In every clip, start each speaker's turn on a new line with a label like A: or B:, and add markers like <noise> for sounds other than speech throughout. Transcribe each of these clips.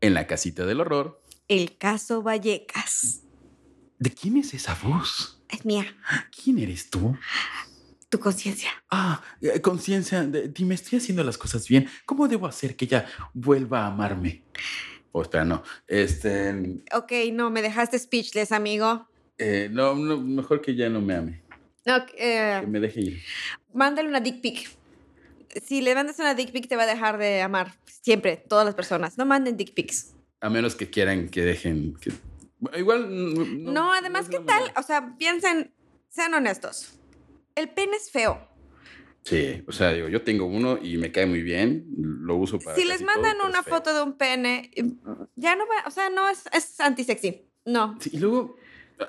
A: en la casita del horror.
B: El caso Vallecas.
A: ¿De quién es esa voz?
B: Es mía,
A: ¿Quién eres tú?
B: tu conciencia.
A: Ah, eh, conciencia, de- dime, estoy haciendo las cosas bien. ¿Cómo debo hacer que ella vuelva a amarme? O Oh, espera, no. Este,
B: Ok, no, me dejaste speechless, amigo.
A: eh, no, no, mejor que ya no me ame.
B: No, eh,
A: Que me deje ir.
B: mándale una dick pic. Si le mandas una dick pic, te va a dejar de amar. Siempre, todas las personas. No manden dick pics.
A: A menos que quieran que dejen. que- Igual. mm,
B: No,
A: no
B: además,
A: es
B: ¿qué
A: una
B: tal?
A: manera.
B: O sea, piensen, sean honestos. El pene es feo.
A: Sí, o sea, digo, yo tengo uno y me cae muy bien. Lo uso para.
B: si les
A: casi todo,
B: mandan
A: pero es
B: una
A: feo.
B: foto de un pene, ya no va, o sea, no es, es antisexy. No.
A: Sí, y luego,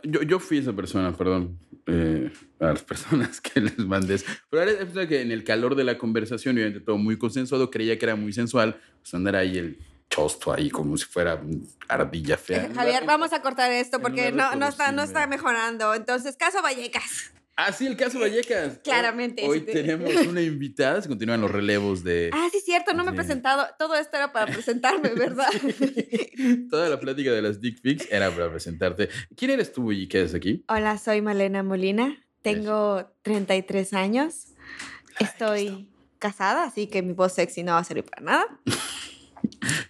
A: yo, yo fui esa persona, perdón, eh, a las personas <laughs> que les mandes. Pero era esa persona que en el calor de la conversación, obviamente todo muy consensuado, creía que era muy sensual, pues andar ahí el chosto ahí como si fuera un ardilla fea. En lugar
B: Eh, Javier,
A: de-
B: vamos a cortar esto
A: en
B: porque
A: lugar de
B: no, no, está, no
A: producirme.
B: está mejorando. Entonces, caso Vallecas.
A: Ah, sí, el caso Vallecas. Hoy-
B: Claramente,
A: Hoy,
B: sí te- <laughs>
A: tenemos una invitada, se continúan los relevos de...
B: Ah, sí, cierto, no me he
A: Sí.
B: presentado. Todo esto era para
A: <laughs>
B: presentarme, ¿verdad?
A: Toda la plática de las dick pics era para presentarte. ¿Quién eres tú y qué haces aquí?
B: Hola, soy Malena Molina. Tengo 33 años. Estoy casada, así que mi voz sexy no va a servir para
A: <laughs>
B: nada.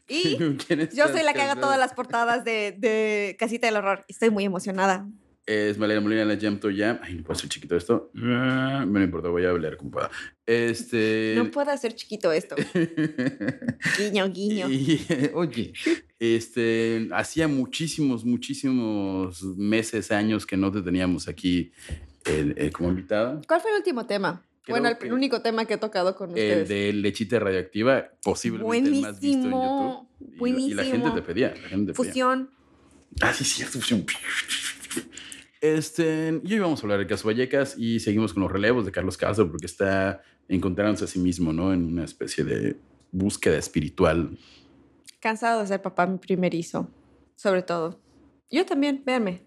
B: Y
A: ¿Quién
B: yo
A: estás
B: soy la que haga
A: casada?
B: todas las portadas de, de Casita del Horror. Estoy muy emocionada.
A: Es Malena Molina, la Jam to Jam. Ay, me puedo hacer chiquito esto. Ah, No importa, voy a hablar, compa. Este.
B: No
A: <laughs>
B: puedo hacer chiquito esto. Guiño, guiño.
A: Y, <laughs> oye, este, hacía muchísimos, muchísimos meses, años que no te teníamos aquí el- el- como invitada.
B: ¿Cuál fue el último tema?
A: Creo
B: bueno, el
A: que-
B: único tema que he tocado con
A: El
B: ustedes.
A: de lechita radioactiva, posiblemente el más visto en YouTube.
B: Buenísimo.
A: Y- Y,
B: Buenísimo.
A: la gente te pedía. La gente te pedía.
B: Fusión.
A: Ah, sí, cierto, fusión. Este, y hoy vamos a hablar del caso Vallecas y seguimos con los relevos de Carlos Castro porque está encontrándose a sí mismo, ¿no? En una especie de búsqueda espiritual.
B: Cansado de ser papá mi primerizo, sobre todo. Yo también, véanme.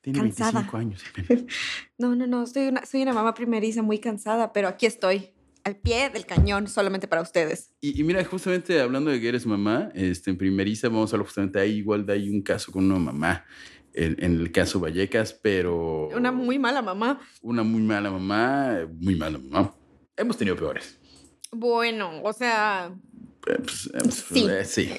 A: Tiene
B: Cansada.
A: 25 años. apenas.
B: No, no, no, soy una, soy una mamá primeriza muy cansada, pero aquí estoy, al pie del cañón, solamente para ustedes.
A: <laughs> Y, y mira, justamente hablando de que eres mamá, este, en primeriza vamos a hablar justamente ahí, igual de ahí un caso con una mamá. En, en el caso Vallecas, pero...
B: Una muy mala mamá.
A: una muy mala mamá, muy mala mamá. Hemos tenido peores.
B: Bueno, o sea,
A: Eh, pues, eh, pues,
B: Sí.
A: eh, sí.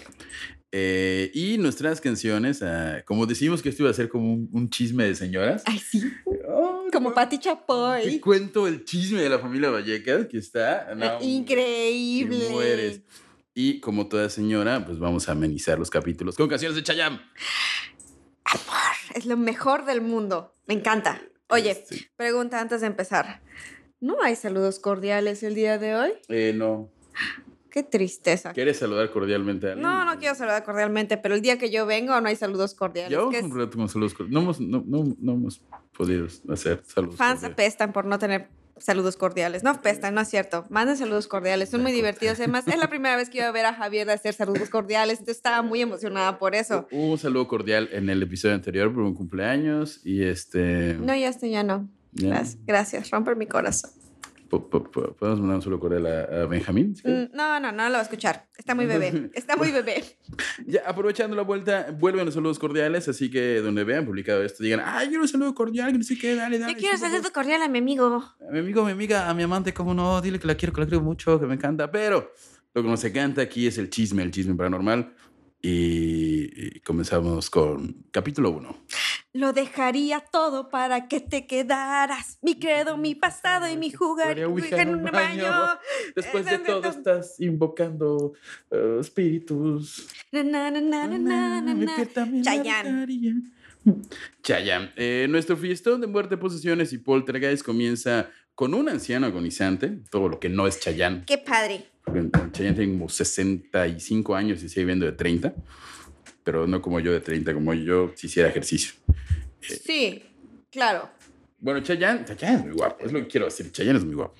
A: Eh, y nuestras canciones, ah, como decimos que esto iba a ser como un, un chisme de señoras.
B: ay sí,
A: Oh,
B: como
A: no.
B: Patti
A: Te
B: Chapoy.
A: cuento el chisme de la familia Vallecas que está. no, te
B: Ah, Increíble.
A: mueres. Y como toda señora, pues vamos a amenizar los capítulos con canciones de Chayam.
B: Es lo mejor del mundo. Me encanta. Oye,
A: Este,
B: pregunta antes de empezar. ¿No hay saludos cordiales el día de hoy?
A: eh, no.
B: Qué tristeza.
A: ¿Quieres saludar cordialmente a alguien?
B: No, no quiero saludar cordialmente, pero el día que yo vengo no hay saludos cordiales.
A: Llevamos
B: que es-
A: un rato con saludos cordiales. No hemos, no, no- no hemos podido hacer saludos.
B: fans
A: cordiales.
B: apestan por no tener saludos cordiales. No apestan, no es cierto. Manden saludos cordiales, son muy divertidos. Además, es la primera vez que iba a ver a Javier de hacer saludos cordiales, entonces estaba muy emocionada por eso.
A: Hubo un saludo cordial en el episodio anterior por un cumpleaños y este.
B: No, ya estoy, ya no.
A: ya.
B: Gracias, gracias, romper mi corazón.
A: Po- po- po- ¿Podemos mandar un saludo cordial a, a Benjamín? ¿Sí?
B: Mm, No, no, no lo va a escuchar. Está muy
A: <laughs>
B: bebé, está muy bebé.
A: Ya, aprovechando la vuelta, vuelven los saludos cordiales, así que donde vean publicado esto, digan, ay, yo quiero un saludo cordial, que no sé qué, dale, dale.
B: Yo quiero
A: sí, por
B: saludo cordial a mi amigo.
A: favor". A mi amigo, a mi amiga, a mi amante, cómo no, dile que la quiero, que la quiero mucho, que me encanta, pero lo que nos encanta aquí es el chisme, el chisme paranormal. Y, y comenzamos con capítulo 1.
B: Lo dejaría todo para que te quedaras. Mi credo, mi pasado y mi jugar
A: Jugaría Ouija
B: en un baño.
A: Después
B: Eh,
A: de
B: no, no,
A: todo
B: no.
A: estás invocando eh, espíritus.
B: Na, na, na, na, na, na, na. Chayanne.
A: Chayan. eh, nuestro fiestón de muerte, posesiones y poltergeist comienza con un anciano agonizante, todo lo que no es Chayan.
B: Qué padre.
A: Porque Chayanne tiene como 65 años y sigue viendo de 30, pero no como yo de 30, como yo si hiciera ejercicio. Eh.
B: Sí, claro.
A: Bueno, Chayanne, Chayanne es muy guapo, es lo que quiero decir. Chayanne es muy guapo.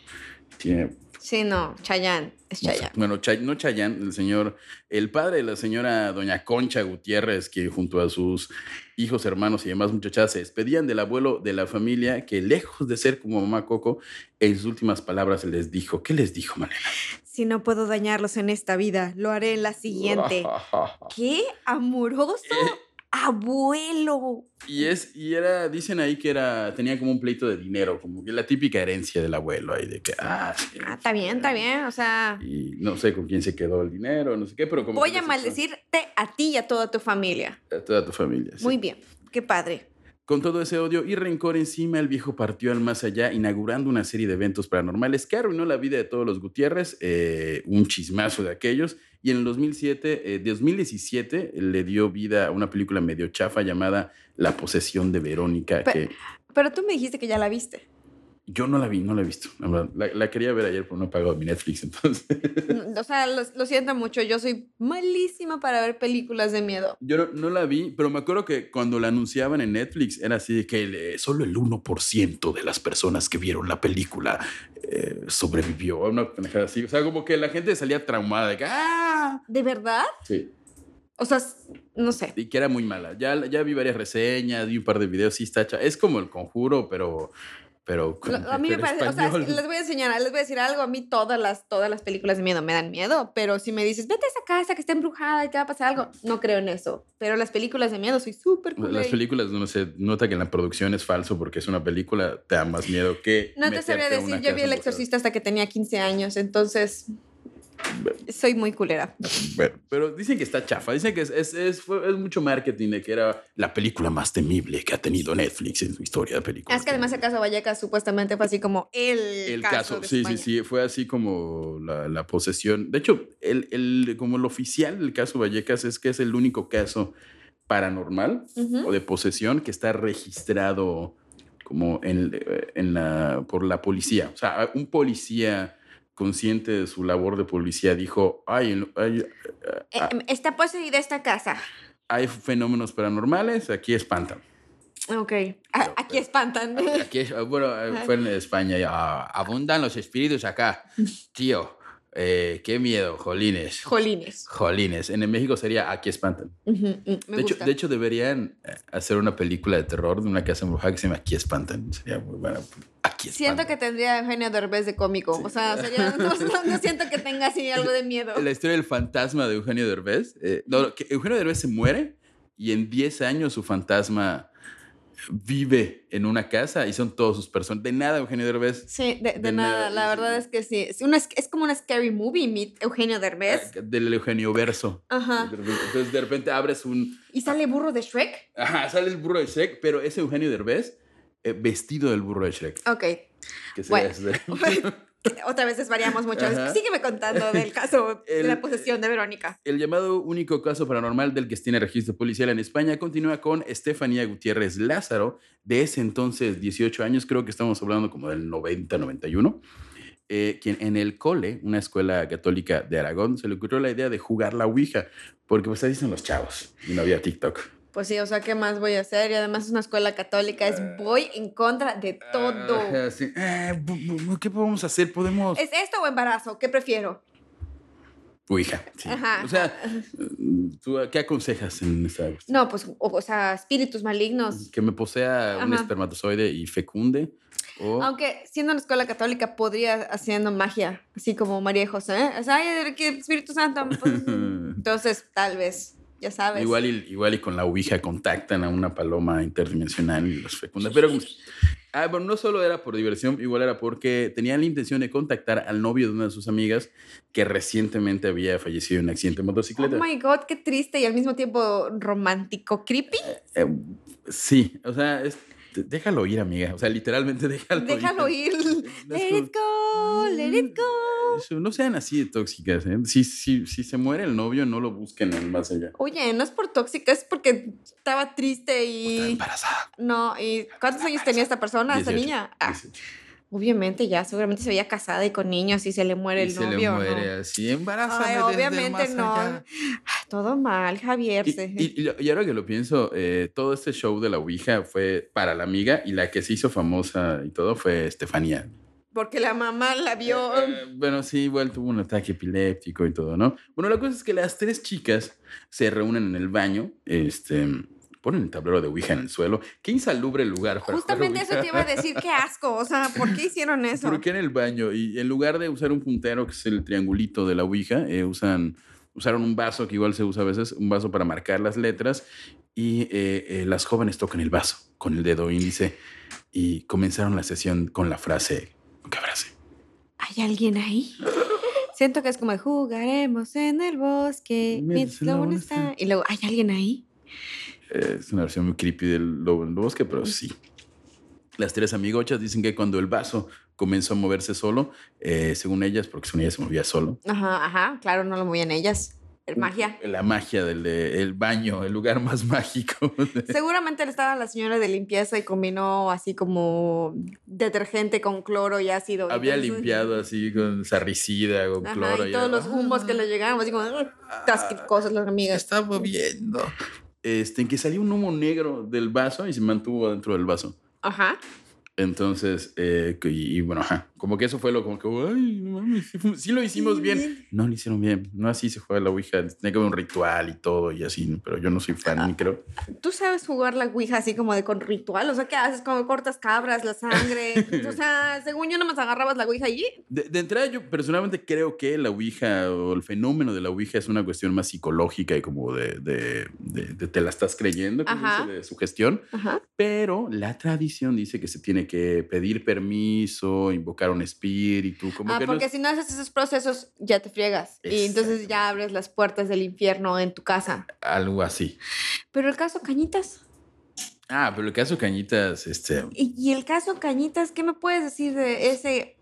A: Tiene
B: Sí, no, Chayanne, es
A: No sé.
B: Chayanne.
A: Bueno, Chay- no Chayán, el señor, el padre de la señora doña Concha Gutiérrez, que junto a sus hijos, hermanos y demás muchachas se despedían del abuelo de la familia, que lejos de ser como mamá Coco, en sus últimas palabras les dijo, ¿qué les dijo, Malena?
B: Si no puedo dañarlos en esta vida, lo haré en la
A: <laughs>
B: siguiente. ¡Qué amoroso abuelo!
A: y es, y era, dicen ahí que era, tenía como un pleito de dinero, como que la típica herencia del abuelo ahí, de que, ah, sí.
B: Ah, está bien, está bien, o sea...
A: Y no sé con quién se quedó el dinero, no sé qué, pero como... que
B: Voy a
A: les-
B: maldecirte a ti y a toda tu familia.
A: A toda tu familia. sí.
B: Muy bien, qué padre.
A: Con todo ese odio y rencor encima, el viejo partió al más allá, inaugurando una serie de eventos paranormales que arruinó la vida de todos los Gutiérrez, eh, un chismazo de aquellos. Y en el 2007, eh, 2017 le dio vida a una película medio chafa llamada La posesión de Verónica,
B: Pe-
A: que
B: Pero tú me dijiste que ya la
A: <laughs>
B: viste.
A: yo no la vi, no la he visto. La, verdad. La- la quería ver ayer, pero no he pagado mi Netflix, <laughs> entonces.
B: No, Mm, O sea, lo, lo siento mucho, yo soy malísima para ver películas de miedo.
A: Yo no, no la vi, pero me acuerdo que cuando la anunciaban en Netflix era así de que el, eh, solo el 1% de las personas que vieron la película eh, sobrevivió a una pendejada así. O sea, como que la gente salía traumada de que ¡ah!
B: ¿De verdad?
A: Sí.
B: O sea, s- no sé.
A: Y que era muy mala. Ya, ya vi varias reseñas, vi un par de videos, sí está cha- Es como el conjuro, pero... pero con-
B: Lo- a mí me
A: pero
B: parece, o sea,
A: español.
B: les voy a enseñar, les voy a decir algo, a mí todas las, todas las películas de miedo me dan miedo, pero si me dices, vete a esa casa que está embrujada y te va a pasar algo, no creo en eso, pero las películas de miedo soy súper cool.
A: Las películas, no sé, nota que en la producción es falso porque es una película, te da más miedo que...
B: No te
A: meterte
B: sabría
A: a una
B: decir, yo vi
A: casa
B: El
A: embrujada.
B: Exorcista hasta que tenía 15 años, entonces soy muy culera.
A: Bueno, pero dicen que está chafa, dicen que es, es, es- fue- es mucho marketing de que era la película más temible que ha tenido Netflix en su historia de películas.
B: Ah, Es que además el caso Vallecas supuestamente fue así como el,
A: el
B: caso,
A: caso,
B: de
A: sí, sí,
B: España.
A: sí, fue así como la, la posesión. De hecho, el, el- como el oficial del caso Vallecas es que es el único caso paranormal
B: Ujú.
A: o de posesión que está registrado como en, en la, por la policía. O sea, un policía consciente de su labor de policía dijo, ay, ay,
B: Eh,
A: Ah.
B: em, Está poseída esta casa.
A: hay fenómenos paranormales, aquí espantan.
B: Ok. A-
A: Pero-
B: aquí
A: <laughs>
B: espantan.
A: Aquí es- bueno, eh, fue en España. y, ah, abundan los espíritus
B: <laughs>
A: acá. Tío, eh, qué miedo, jolines.
B: Jolines.
A: Jolines. En México sería Aquí espantan.
B: Ujú, mm, me
A: De hecho,
B: gusta.
A: de hecho, deberían eh, hacer una película de terror de una casa embrujada que se llama Aquí espantan. Sería muy buena. Aquí
B: Siento
A: espantan.
B: que tendría a Eugenio Derbez de cómico. O sea, sería- no, no- no siento que tenga así algo de miedo.
A: La historia del fantasma de Eugenio Derbez. eh, no, que Eugenio Derbez se muere y en 10 años su fantasma vive en una casa y son todos sus personas. De nada, Eugenio Derbez.
B: Sí, de, de
A: de
B: nada.
A: nada,
B: La
A: sí,
B: verdad
A: sí.
B: es que sí. Es, una- es como una scary movie, meet Eugenio Derbez.
A: Eh, Del Eugenio Verso.
B: Ajá.
A: Entonces de repente abres un...
B: Y sale burro de Shrek.
A: Ajá, sale el burro de Shrek, pero es Eugenio Derbez eh, vestido del burro de Shrek. <laughs>
B: Ok.
A: Que se-
B: Bueno.
A: se-
B: Otra vez desvariamos mucho.
A: Ajá.
B: Sígueme contando del caso de
A: El-
B: la posesión de Verónica.
A: El llamado único caso paranormal del que tiene registro policial en España continúa con Estefanía Gutiérrez Lázaro, de ese entonces 18 años, creo que estamos hablando como del 90, 91, eh, quien en el cole, una escuela católica de Aragón, se le ocurrió la idea de jugar la Ouija, porque pues ahí dicen los chavos y no había TikTok.
B: Pues sí, o sea, ¿qué más voy a hacer? Y además es una escuela católica, es voy en contra de todo.
A: Ah. Ajá, sí. Eh, bu- bu- ¿Qué podemos hacer? Podemos...
B: ¿Es esto o embarazo? ¿Qué prefiero?
A: Ouija. sí.
B: Ajá.
A: O sea, ¿tú a- qué aconsejas en esta cuestión?
B: No, pues, o, o sea, espíritus malignos.
A: ¿Que me posea un
B: pues Ajá.
A: espermatozoide y fecunde? ¿O
B: Aunque siendo una escuela católica podría haciendo magia, así como María y José. ¿eh? O sea, ay, que Espíritu Santo.
A: <laughs>
B: pues, entonces, tal vez, ya sabes.
A: <laughs> igual, y, igual y con la Ouija contactan a una paloma interdimensional y los fecundan? Pero como- ah, bueno, no solo era por diversión, igual era porque tenían la intención de contactar al novio de una de sus amigas que recientemente había fallecido en un accidente de
B: Oh
A: motocicleta.
B: my god, qué triste y al mismo tiempo romántico,
A: <laughs>
B: creepy.
A: Eh, sí, o sea, es- déjalo ir, amiga. O sea, literalmente <laughs> déjalo,
B: Déjalo
A: <laughs>
B: ir. Let it go, let it go.
A: Eso, No sean así de tóxicas. ¿eh? Si, si, si se muere el novio, no lo busquen en más allá.
B: Oye, no es por tóxica, es porque estaba triste
A: Está
B: y.
A: embarazada.
B: No, ¿y cuántos años tenía esta persona, esta
A: 18,
B: niña? Ah,
A: 18.
B: Obviamente ya, seguramente se veía casada y con niños y se le muere
A: y
B: el
A: se
B: novio.
A: le
B: ¿no?
A: muere así, embarázame
B: Ay,
A: desde el
B: obviamente
A: más
B: no.
A: allá.
B: Ah, Todo mal, Javier.
A: Y,
B: se-
A: y- y lo- y ahora que lo pienso, eh, todo este show de la Ouija fue para la amiga y la que se hizo famosa y todo fue Estefanía.
B: Porque la mamá la vio.
A: Eh, bueno, sí, igual tuvo un ataque epiléptico y todo, ¿no? Bueno, la cosa es que las tres chicas se reúnen en el baño, este, ponen el tablero de Ouija en el suelo. Qué insalubre lugar para jugar
B: Justamente eso
A: Ouija.
B: te iba a decir, qué asco. O sea, ¿por qué
A: <laughs>
B: hicieron eso?
A: ¿Por qué en el baño? Y en lugar de usar un puntero, que es el triangulito de la Ouija, eh, usan, usaron un vaso que igual se usa a veces, un vaso para marcar las letras. Y eh, eh, las jóvenes tocan el vaso con el dedo índice y comenzaron la sesión con la frase. ¿Qué frase?
B: ¿Hay alguien ahí? Siento que es como de, jugaremos en el bosque.
A: Mira,
B: Mientras
A: si la
B: la luna
A: bola
B: está. Y luego, ¿hay alguien ahí?
A: Eh, es una versión muy creepy del lobo en el bosque, pero sí. Las tres amigochas dicen que cuando el vaso comenzó a moverse solo, eh, según ellas, porque según ellas se movía solo,
B: Ajá, ajá, claro, no lo movían ellas. El magia.
A: la magia del de- el baño, el lugar más <laughs> mágico de-
B: Seguramente le estaba la señora de limpieza y combinó así como detergente con cloro y ácido. y
A: Había
B: entonces-
A: limpiado así con sarricida, con
B: Ajá,
A: cloro. "Ah,
B: y todos los humos que le llegaban, así como, estas cosas, las amigas.
A: Está moviendo. Este, en que salió un humo negro del vaso y se mantuvo dentro del vaso.
B: Ajá.
A: Entonces, eh, que- y, y bueno, ajá, como que eso fue lo como que, ay, no mames, sí, fu- sí lo hicimos bien. No lo hicieron bien, no así se juega la Ouija, tiene que haber un ritual y todo y así, pero yo no soy fan, ni creo.
B: ¿Tú sabes jugar la Ouija así como de con ritual? O sea, ¿qué haces? Como cortas cabras, la sangre. <laughs> o sea, según yo, nomás agarrabas la Ouija allí.
A: De, de entrada, yo personalmente creo que la Ouija o el fenómeno de la Ouija es una cuestión más psicológica y como de, de- de- de te la estás creyendo, como
B: Ajá.
A: dice, de sugestión.
B: Ajá.
A: Pero la tradición dice que se tiene que pedir permiso, invocar un espíritu, como
B: Ah,
A: que no
B: porque
A: es-
B: si no haces esos procesos, ya te friegas. Y entonces ya abres las puertas del infierno en tu casa.
A: algo así.
B: Pero el caso Cañitas.
A: Ah, pero el caso Cañitas, este,
B: Y, y el caso Cañitas, ¿qué me puedes decir de ese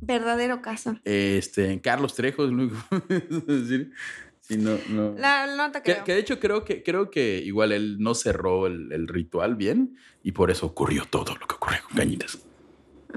B: verdadero caso?
A: este, Carlos Trejo es lo único que puedo <laughs> decir. Sí, no, no.
B: La, no te
A: Que,
B: creo.
A: que de hecho creo que, creo que igual él no cerró el, el ritual bien y por eso ocurrió todo lo que ocurrió con Cañitas.
B: Ah,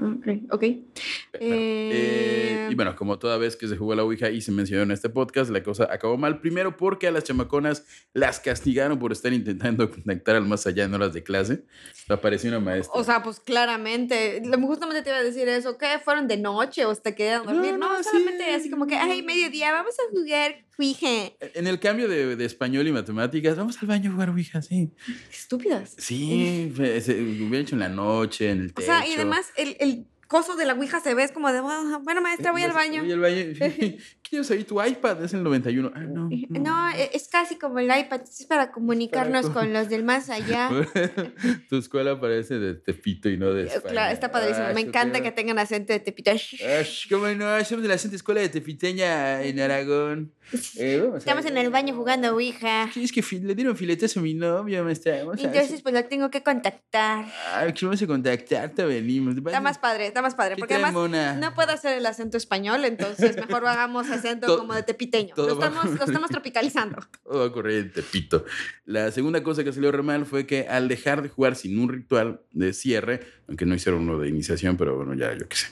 B: Ok, ok.
A: Pero, eh,
B: Eh,
A: y bueno, como toda vez que se jugó la Ouija y se mencionó en este podcast, la cosa acabó mal. Primero porque a las chamaconas las castigaron por estar intentando <laughs> contactar al más allá en horas de clase. Apareció una maestra.
B: O sea, pues claramente, lo- justamente te iba a decir eso, que fueron de noche o se te quedaron a dormir,
A: No,
B: no,
A: no,
B: solamente
A: sí.
B: así como que, ay, mediodía, vamos a jugar, Ouija.
A: en el cambio de, de español y matemáticas, vamos al baño a jugar Ouija, sí.
B: Estúpidas. <laughs>
A: Sí, fue- se- hubiera hecho en la noche, en el
B: O
A: techo. Eh,
B: sea, y además el, el coso de la Ouija se ve es como de, "Ah, bueno, maestra, voy al baño.
A: Voy al baño.
B: <laughs>
A: ¿Qué llevas ahí? Tu iPad es el 91. Ah, no.
B: No, e- es casi como el iPad, es para comunicarnos
A: com-
B: con los del <laughs> más allá.
A: <laughs> tu escuela parece de Tepito y no de
B: Eh,
A: España.
B: Claro, está padrísimo,
A: Ah,
B: me
A: eso
B: encanta
A: te-
B: que tengan acento de tepita.
A: Ash, ¿Cómo no? Somos de la Santa Escuela de Tepiteña
B: <laughs>
A: en Aragón. Eh, vamos a-
B: Estamos en el baño jugando Ouija,
A: Sí, es que fi- le dieron filetes a mi novio, maestra. Vamos a ver si-
B: entonces pues lo tengo que contactar.
A: Ah, que vamos a contactarte, venimos.
B: Está más padre, está más padre,
A: ¿Qué
B: porque
A: tal,
B: además
A: mona?
B: No puedo hacer el acento español, entonces mejor hagamos acento
A: To-
B: como de tepiteño.
A: todo
B: Lo
A: va-
B: estamos, lo estamos tropicalizando.
A: Todo va a ocurrir en Tepito. La segunda cosa que salió re mal fue que al dejar de jugar sin un ritual de cierre, aunque no hicieron uno de iniciación, pero bueno, ya yo qué sé.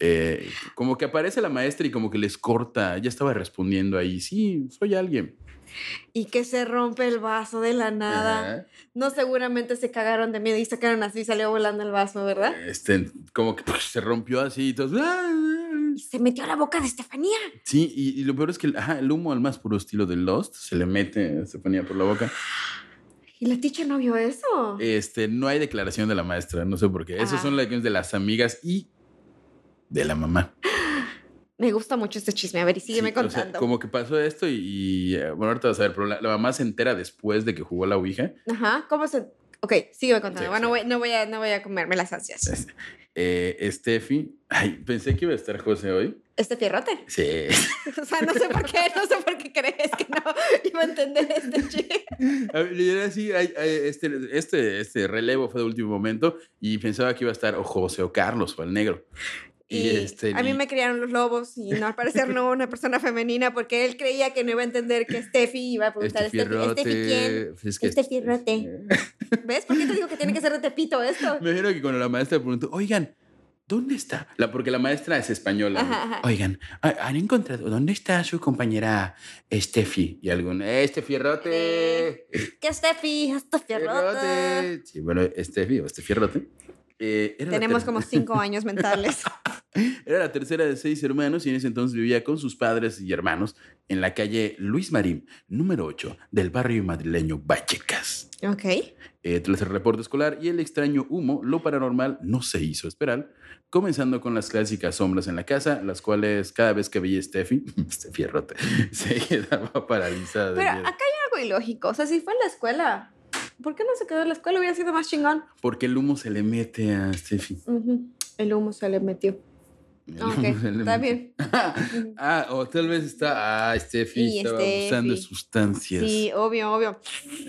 A: eh, como que aparece la maestra y como que les corta. Ya estaba respondiendo ahí, sí, soy alguien.
B: Y que se rompe el vaso de la nada.
A: Ajá.
B: No, seguramente se cagaron de miedo y sacaron así, salió volando el vaso, ¿verdad?
A: Este, como que se rompió así y todos, "Ah".
B: Y se metió a la boca de Estefanía.
A: Sí, y, y lo peor es que el- ajá, el humo al más puro estilo de Lost se le mete, se ponía por la boca.
B: Y la ticha no vio eso.
A: Este, no hay declaración de la maestra, no sé por qué. Esas
B: Ajá.
A: son las de las amigas y de la mamá.
B: Me gusta mucho este chisme. A ver, y sígueme
A: Sí, o sea,
B: contando.
A: como que pasó esto y, y, eh, bueno, ahorita vas a ver, pero la, la mamá se entera después de que jugó la Ouija.
B: Ajá, ¿cómo se...? Ok, sígueme contando.
A: Sí,
B: bueno,
A: sí.
B: voy- no, voy a, no voy a comerme las ansias.
A: Es- Eh, Steffi, ay, pensé que iba a estar José hoy.
B: Este fierrote. <laughs>
A: Sí.
B: O sea, no sé por qué, no sé por qué crees que no iba a entender
A: <laughs>
B: este chisme.
A: <laughs> A ver, y era así, ay, ay, este, este, este relevo fue de último momento y pensaba que iba a estar o José o Carlos o el negro.
B: Y
A: este,
B: a mí
A: y-
B: me criaron los lobos y no, al parecer
A: <laughs>
B: no una persona femenina porque él creía que no iba a entender que Steffi iba a preguntar
A: Este
B: Steffi, Steffi quién.
A: fierrote. pues es que-
B: Este <laughs> fierrote. ¿Ves? ¿Por qué te digo que tiene que ser de Tepito esto?
A: Me imagino que cuando la maestra preguntó, oigan, ¿Dónde está? La, porque la maestra es española.
B: Ajá,
A: güey.
B: ajá.
A: Oigan, ¿ha- ¿han encontrado dónde está su compañera Steffi? Y algún, ¡Eh, Steffi Rote!
B: ¿Qué es Eh, Steffi? Hasta Fierrote.
A: Sí, bueno, Steffi o Steffi Rote. Eh, era la
B: Tenemos
A: ter-
B: como cinco años mentales.
A: <laughs>
B: <laughs>
A: Era la tercera de seis hermanos y en ese entonces vivía con sus padres y hermanos en la calle Luis Marín, número 8, del barrio madrileño Vallecas.
B: ok.
A: Eh, tras el reporte escolar y el extraño humo, lo paranormal no se hizo esperar, comenzando con las clásicas sombras en la casa, las cuales cada vez que veía a Steffi, <laughs> Steffi Rote, se quedaba paralizada. de
B: Pero ah,
A: miedo.
B: acá hay algo ilógico. O sea, si fue en la escuela, ¿por qué no se quedó en la escuela? Hubiera sido más chingón.
A: Porque el humo se le mete a Steffi.
B: Ujú. El humo se le metió.
A: El
B: Ok,
A: humo se le
B: está
A: mete.
B: bien. Ujú.
A: <laughs> Ah, o tal vez está. Ah, Steffi
B: Y
A: estaba
B: Steffi.
A: abusando de sustancias.
B: Sí, obvio, obio.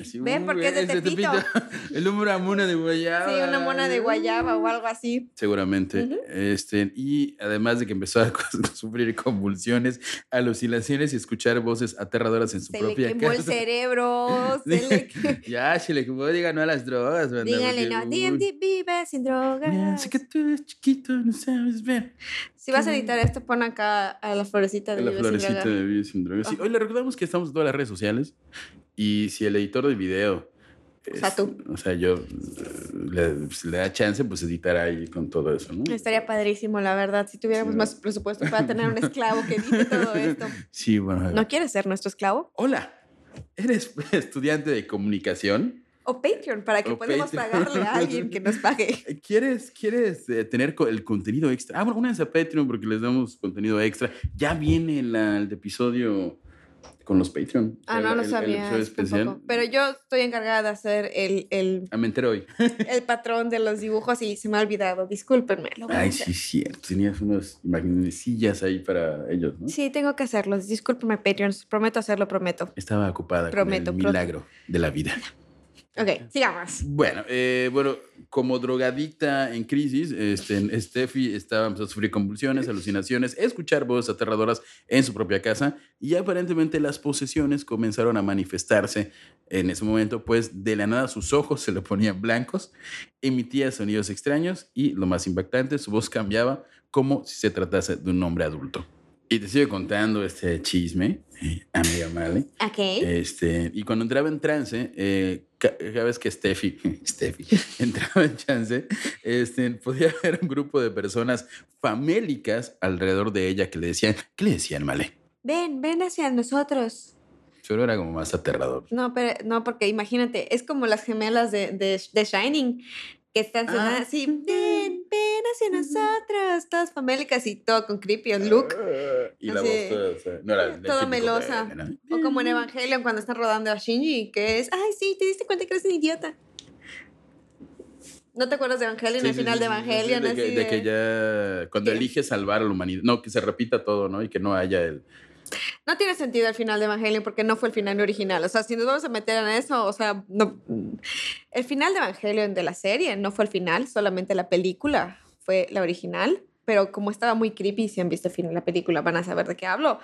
A: Así,
B: ¿Ven?
A: uh,
B: Porque es de
A: ese
B: Tepito.
A: <laughs> El humo era mona de guayaba.
B: Sí, una mona
A: Ah.
B: de guayaba o algo así.
A: Seguramente.
B: Ujú.
A: este, y además de que empezó a <laughs> sufrir convulsiones, alucinaciones y escuchar voces aterradoras en su
B: Se le
A: propia
B: quemó el
A: casa.
B: cerebro. Se le que-
A: <laughs> ya, se le quemó, diga no a las drogas. banda,
B: Díganle,
A: porque,
B: no,
A: uy,
B: DMD vive sin
A: mira,
B: drogas.
A: sé que tú eres chiquito, no sabes ver.
B: Si vas a editar esto, pon acá a la florecita de
A: la
B: vive sin
A: florecita
B: drogas. Ah.
A: de Vive sin drogas. Sí,
B: Ajá.
A: hoy le recordamos que estamos en todas las redes sociales. Y si el editor de video.
B: O sea,
A: es-
B: tú.
A: O sea, yo. eh, Le, si le da chance, pues editar ahí con todo eso, ¿no?
B: Estaría padrísimo, la verdad, si tuviéramos
A: Sí.
B: más presupuesto para tener
A: <laughs>
B: un esclavo que edite todo esto.
A: Sí, bueno.
B: ¿No quieres ser nuestro esclavo?
A: Hola, ¿eres <laughs> estudiante de comunicación?
B: O Patreon, para que
A: O
B: podamos
A: Patreon.
B: pagarle a alguien que nos
A: <laughs>
B: pague.
A: eh, ¿Quieres, quieres eh, tener co- el contenido extra? Ah, bueno, únanse a Patreon porque les damos contenido extra. Ya viene la- el episodio con los Patreon.
B: Ah,
A: El-
B: no,
A: el-
B: no
A: el
B: sabía.
A: episodio
B: eso
A: especial.
B: tampoco. Pero yo estoy encargada de hacer el, el,
A: Ah, me enteré hoy.
B: el patrón de los dibujos y se me ha olvidado. Discúlpenme. lo voy a
A: Ay,
B: hacer.
A: sí, cierto. Tenías unas sillas ahí para ellos, ¿no?
B: Sí, tengo que hacerlos. Discúlpenme, Patreon. Prometo hacerlo, prometo.
A: Estaba ocupada
B: Prometo,
A: con el
B: prometo.
A: milagro de la vida.
B: Ok, sigamos.
A: Bueno, eh, bueno, como drogadicta en crisis, este, Steffi estaba empezando a sufrir convulsiones, alucinaciones, escuchar voces aterradoras en su propia casa y aparentemente las posesiones comenzaron a manifestarse en ese momento, pues de la nada sus ojos se le ponían blancos, emitía sonidos extraños y, lo más impactante, su voz cambiaba como si se tratase de un hombre adulto. Y te sigo contando este chisme, eh, amiga Male.
B: Ok.
A: Este, y cuando entraba en trance, eh, ca- cada vez que Steffi, <laughs> Steffi entraba en trance, este, podía <laughs> haber un grupo de personas famélicas alrededor de ella que le decían, ¿qué le decían, Male?
B: Ven, ven hacia nosotros.
A: Solo era como más aterrador.
B: No, pero no, porque imagínate, es como las gemelas de, de, de Shining, que están sonando
A: Ah.
B: así, ven, ven hacia nosotros, todas famélicas y todo con creepy el look.
A: Y la
B: Así,
A: voz toda, o sea, no era el
B: eh, toda
A: típico,
B: melosa.
A: "Ven", ¿no?
B: O como en Evangelion cuando están rodando a Shinji, que es, ay, sí, te diste cuenta que eres un idiota. ¿No te acuerdas de Evangelion?
A: Sí,
B: al
A: sí,
B: final
A: sí,
B: de
A: sí, sí,
B: Evangelion,
A: de, que-
B: así
A: de que
B: de-
A: ya cuando
B: ¿Qué?
A: elige salvar a la humanidad, no, que se repita todo, ¿no? Y que no haya el...
B: No tiene sentido el final de Evangelion porque no fue el final original. O sea, si nos vamos a meter en eso, o sea, no. El final de Evangelion de la serie no fue el final, solamente la película fue la original. Pero como estaba muy creepy, si han visto el final de la película van a saber de qué hablo.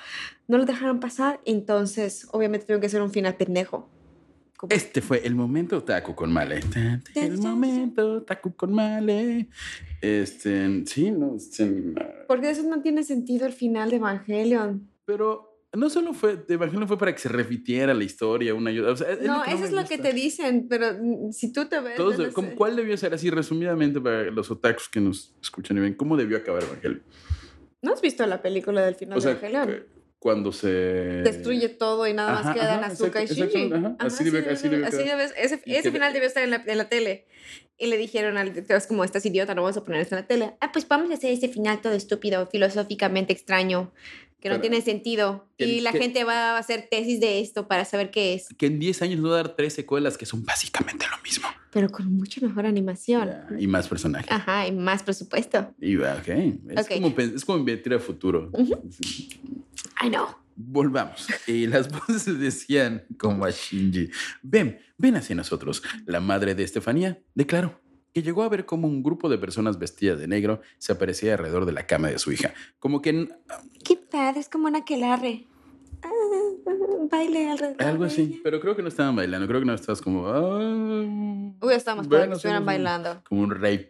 B: No lo dejaron pasar, entonces obviamente tuvieron que ser un final pendejo. Como-
A: Este fue el momento taco con Male. Tan, tan, El momento taco con Male. Este, sí, no, este, no.
B: Porque eso no tiene sentido el final de Evangelion.
A: pero no solo fue, de Evangelion fue para que se repitiera la historia una ayuda.
B: No, eso es lo que te dicen, pero mm, si tú te ves...
A: Todos,
B: no
A: ¿cómo-
B: sé.
A: ¿Cuál debió ser así resumidamente para los otakus que nos escuchan y ven? ¿Cómo debió acabar Evangelion?
B: ¿No has visto la película del final
A: o sea,
B: de Evangelion?
A: que- cuando se...
B: destruye todo y nada
A: Eh, ajá,
B: más quedan
A: ajá,
B: Azuka y
A: exacto, exacto,
B: Shinji.
A: ajá,
B: Ajá,
A: así debe- así debe
B: así
A: quedar.
B: debe- Ese,
A: Y
B: ese
A: que-
B: final debió estar en la, en la tele. Y le dijeron al director, es como, estás idiota, no vamos a poner esto en la tele. Ah, pues vamos a hacer ese final todo estúpido, filosóficamente extraño, que no
A: Pero-
B: tiene sentido.
A: que-
B: Y la
A: que-
B: gente va a hacer tesis de esto para saber qué es.
A: Que en 10 años no va a dar tres secuelas que son básicamente lo mismo.
B: Pero con mucha mejor animación.
A: Ya, Y más personajes.
B: Ajá, y más presupuesto.
A: Y va, ok. Es,
B: Ok.
A: Como, pen- es como invertir a futuro.
B: I know.
A: Volvamos. Y las <laughs> voces le decían como a Shinji, ven, ven hacia nosotros. La madre de Estefanía declaró que llegó a ver como un grupo de personas vestidas de negro se aparecía alrededor de la cama de su hija. Como que... n-
B: Qué padre, es como un aquelarre. ah, baile alrededor.
A: Algo
B: de
A: así.
B: ella.
A: Pero creo que no estaban bailando. Creo que no estabas como. ah,
B: Hubiera estado más padre
A: Bueno,
B: que estuvieran
A: somos un-
B: bailando.
A: como un rey.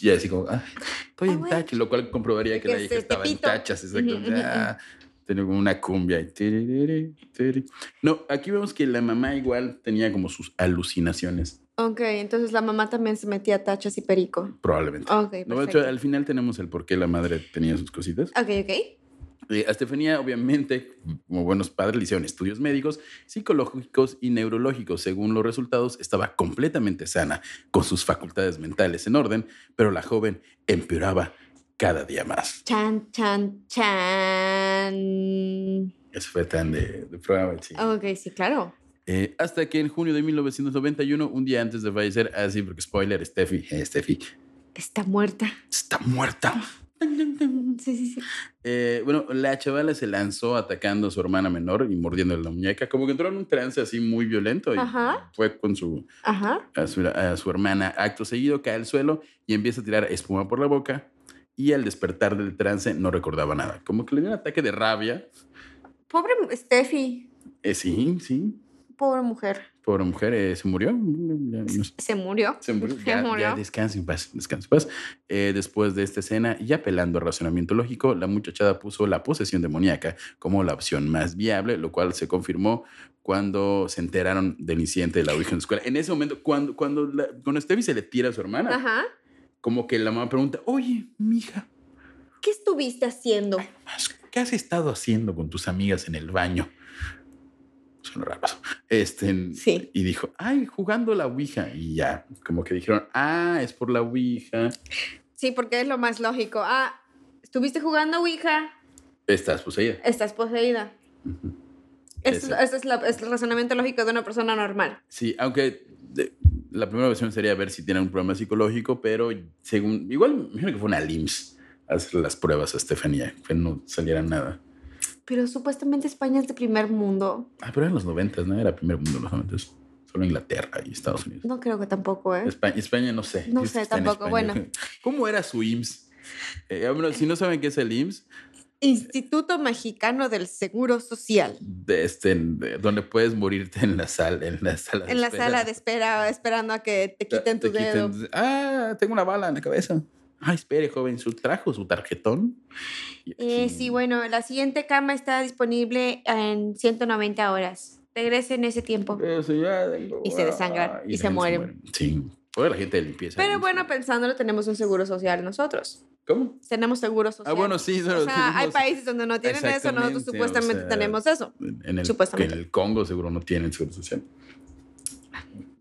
A: Y así como. ah, estoy
B: Ah,
A: en
B: bueno.
A: tachas. Lo cual comprobaría que
B: Que
A: la hija
B: se-
A: estaba en
B: Tepito.
A: tachas. Exacto.
B: Ujú, ujú,
A: Ah, Tenía como una cumbia. y tiriri, tiri. No, aquí vemos que la mamá igual tenía como sus alucinaciones.
B: Ok, entonces la mamá también se metía a tachas y perico.
A: Probablemente.
B: Ok,
A: No, de
B: perfecto.
A: hecho, al final tenemos el por qué la madre tenía sus cositas.
B: Ok, ok.
A: Eh, a Estefanía, obviamente, como buenos padres, le hicieron estudios médicos, psicológicos y neurológicos. Según los resultados, estaba completamente sana, con sus facultades mentales en orden, pero la joven empeoraba cada día más.
B: Chan, chan, chan.
A: Eso fue tan de, de programa, sí.
B: Ok, sí, claro.
A: Eh, hasta que en junio de 1991, un día antes de fallecer, así, porque spoiler, Steffi, eh, Steffi
B: Está muerta. <laughs>
A: está muerta. Tan, tan, tan.
B: Sí, sí, sí.
A: Eh, bueno, la chavala se lanzó atacando a su hermana menor y mordiéndole la muñeca. Como que entró en un trance así muy violento y
B: Ajá.
A: fue con su
B: Ajá.
A: a, su a su hermana. Acto seguido cae al suelo y empieza a tirar espuma por la boca. Y al despertar del trance no recordaba nada. Como que le dio un ataque de rabia.
B: Pobre Steffi.
A: Eh, sí, sí.
B: Pobre mujer.
A: Pobre mujer, eh, se murió. Ya no sé.
B: Se murió.
A: <laughs> Se murió.
B: <laughs> Se
A: Ya,
B: murió.
A: ya descansa en paz, descansa en paz. Eh, después de esta escena y apelando al razonamiento lógico, la muchachada puso la posesión demoníaca como la opción más viable, lo cual se confirmó cuando se enteraron del incidente de la Ouija en la escuela. En ese momento, cuando, cuando, la- cuando Stevie se le tira a su hermana,
B: Ajá.
A: como que la mamá pregunta, oye, mija,
B: ¿Qué estuviste haciendo?
A: ¿qué has estado haciendo con tus amigas en el baño? Son raros. Este,
B: Sí.
A: Y dijo, ay, jugando la Ouija. Y ya, como que dijeron, ah, es por la Ouija.
B: Sí, porque es lo más lógico. Ah, estuviste jugando Ouija.
A: Estás pues, poseída.
B: Estás poseída. Este,
A: Ese.
B: es la- es el razonamiento lógico de una persona normal.
A: Sí, aunque de- la primera versión sería ver si tienen un problema psicológico, pero según. Igual, me imagino que fue una LIMS hacer las pruebas a Estefanía, que no saliera nada.
B: Pero supuestamente España es de primer mundo.
A: Ah, pero eran los 90, ¿no? Era primer mundo los 90. Solo Inglaterra y Estados Unidos.
B: No creo que tampoco, ¿eh?
A: España, España no sé.
B: No
A: Dices
B: sé,
A: que está en
B: tampoco,
A: España.
B: bueno.
A: <laughs> ¿Cómo era su IMSS? Eh, bueno, si no saben qué es el IMSS,
B: Instituto Mexicano del Seguro Social.
A: de este, de- donde puedes morirte en la sala, en la sala
B: En la
A: espera.
B: sala de espera, esperando a que te quiten tu
A: Te
B: dedo.
A: quiten- Ah, tengo una bala en la cabeza. Ah, espere, joven, su trajo, su tarjetón. Y-
B: Eh, sí, bueno, la siguiente cama está disponible en 190 horas. Regrese en ese tiempo.
A: Pero si Eh, ya tengo-
B: Y se desangran,
A: Ah,
B: y
A: la
B: se
A: gente
B: mueren.
A: Sí. Ahora la gente de limpieza.
B: Pero
A: ¿no?
B: bueno, pensándolo, tenemos un seguro social nosotros.
A: ¿Cómo?
B: Tenemos seguro
A: Ah,
B: social.
A: bueno, sí.
B: O
A: solo
B: sea, hay
A: tenemos-
B: países donde no tienen eso, nosotros
A: Exactamente, o
B: supuestamente
A: sea-
B: tenemos eso.
A: En el,
B: Supuestamente.
A: en el Congo seguro no tienen seguro social.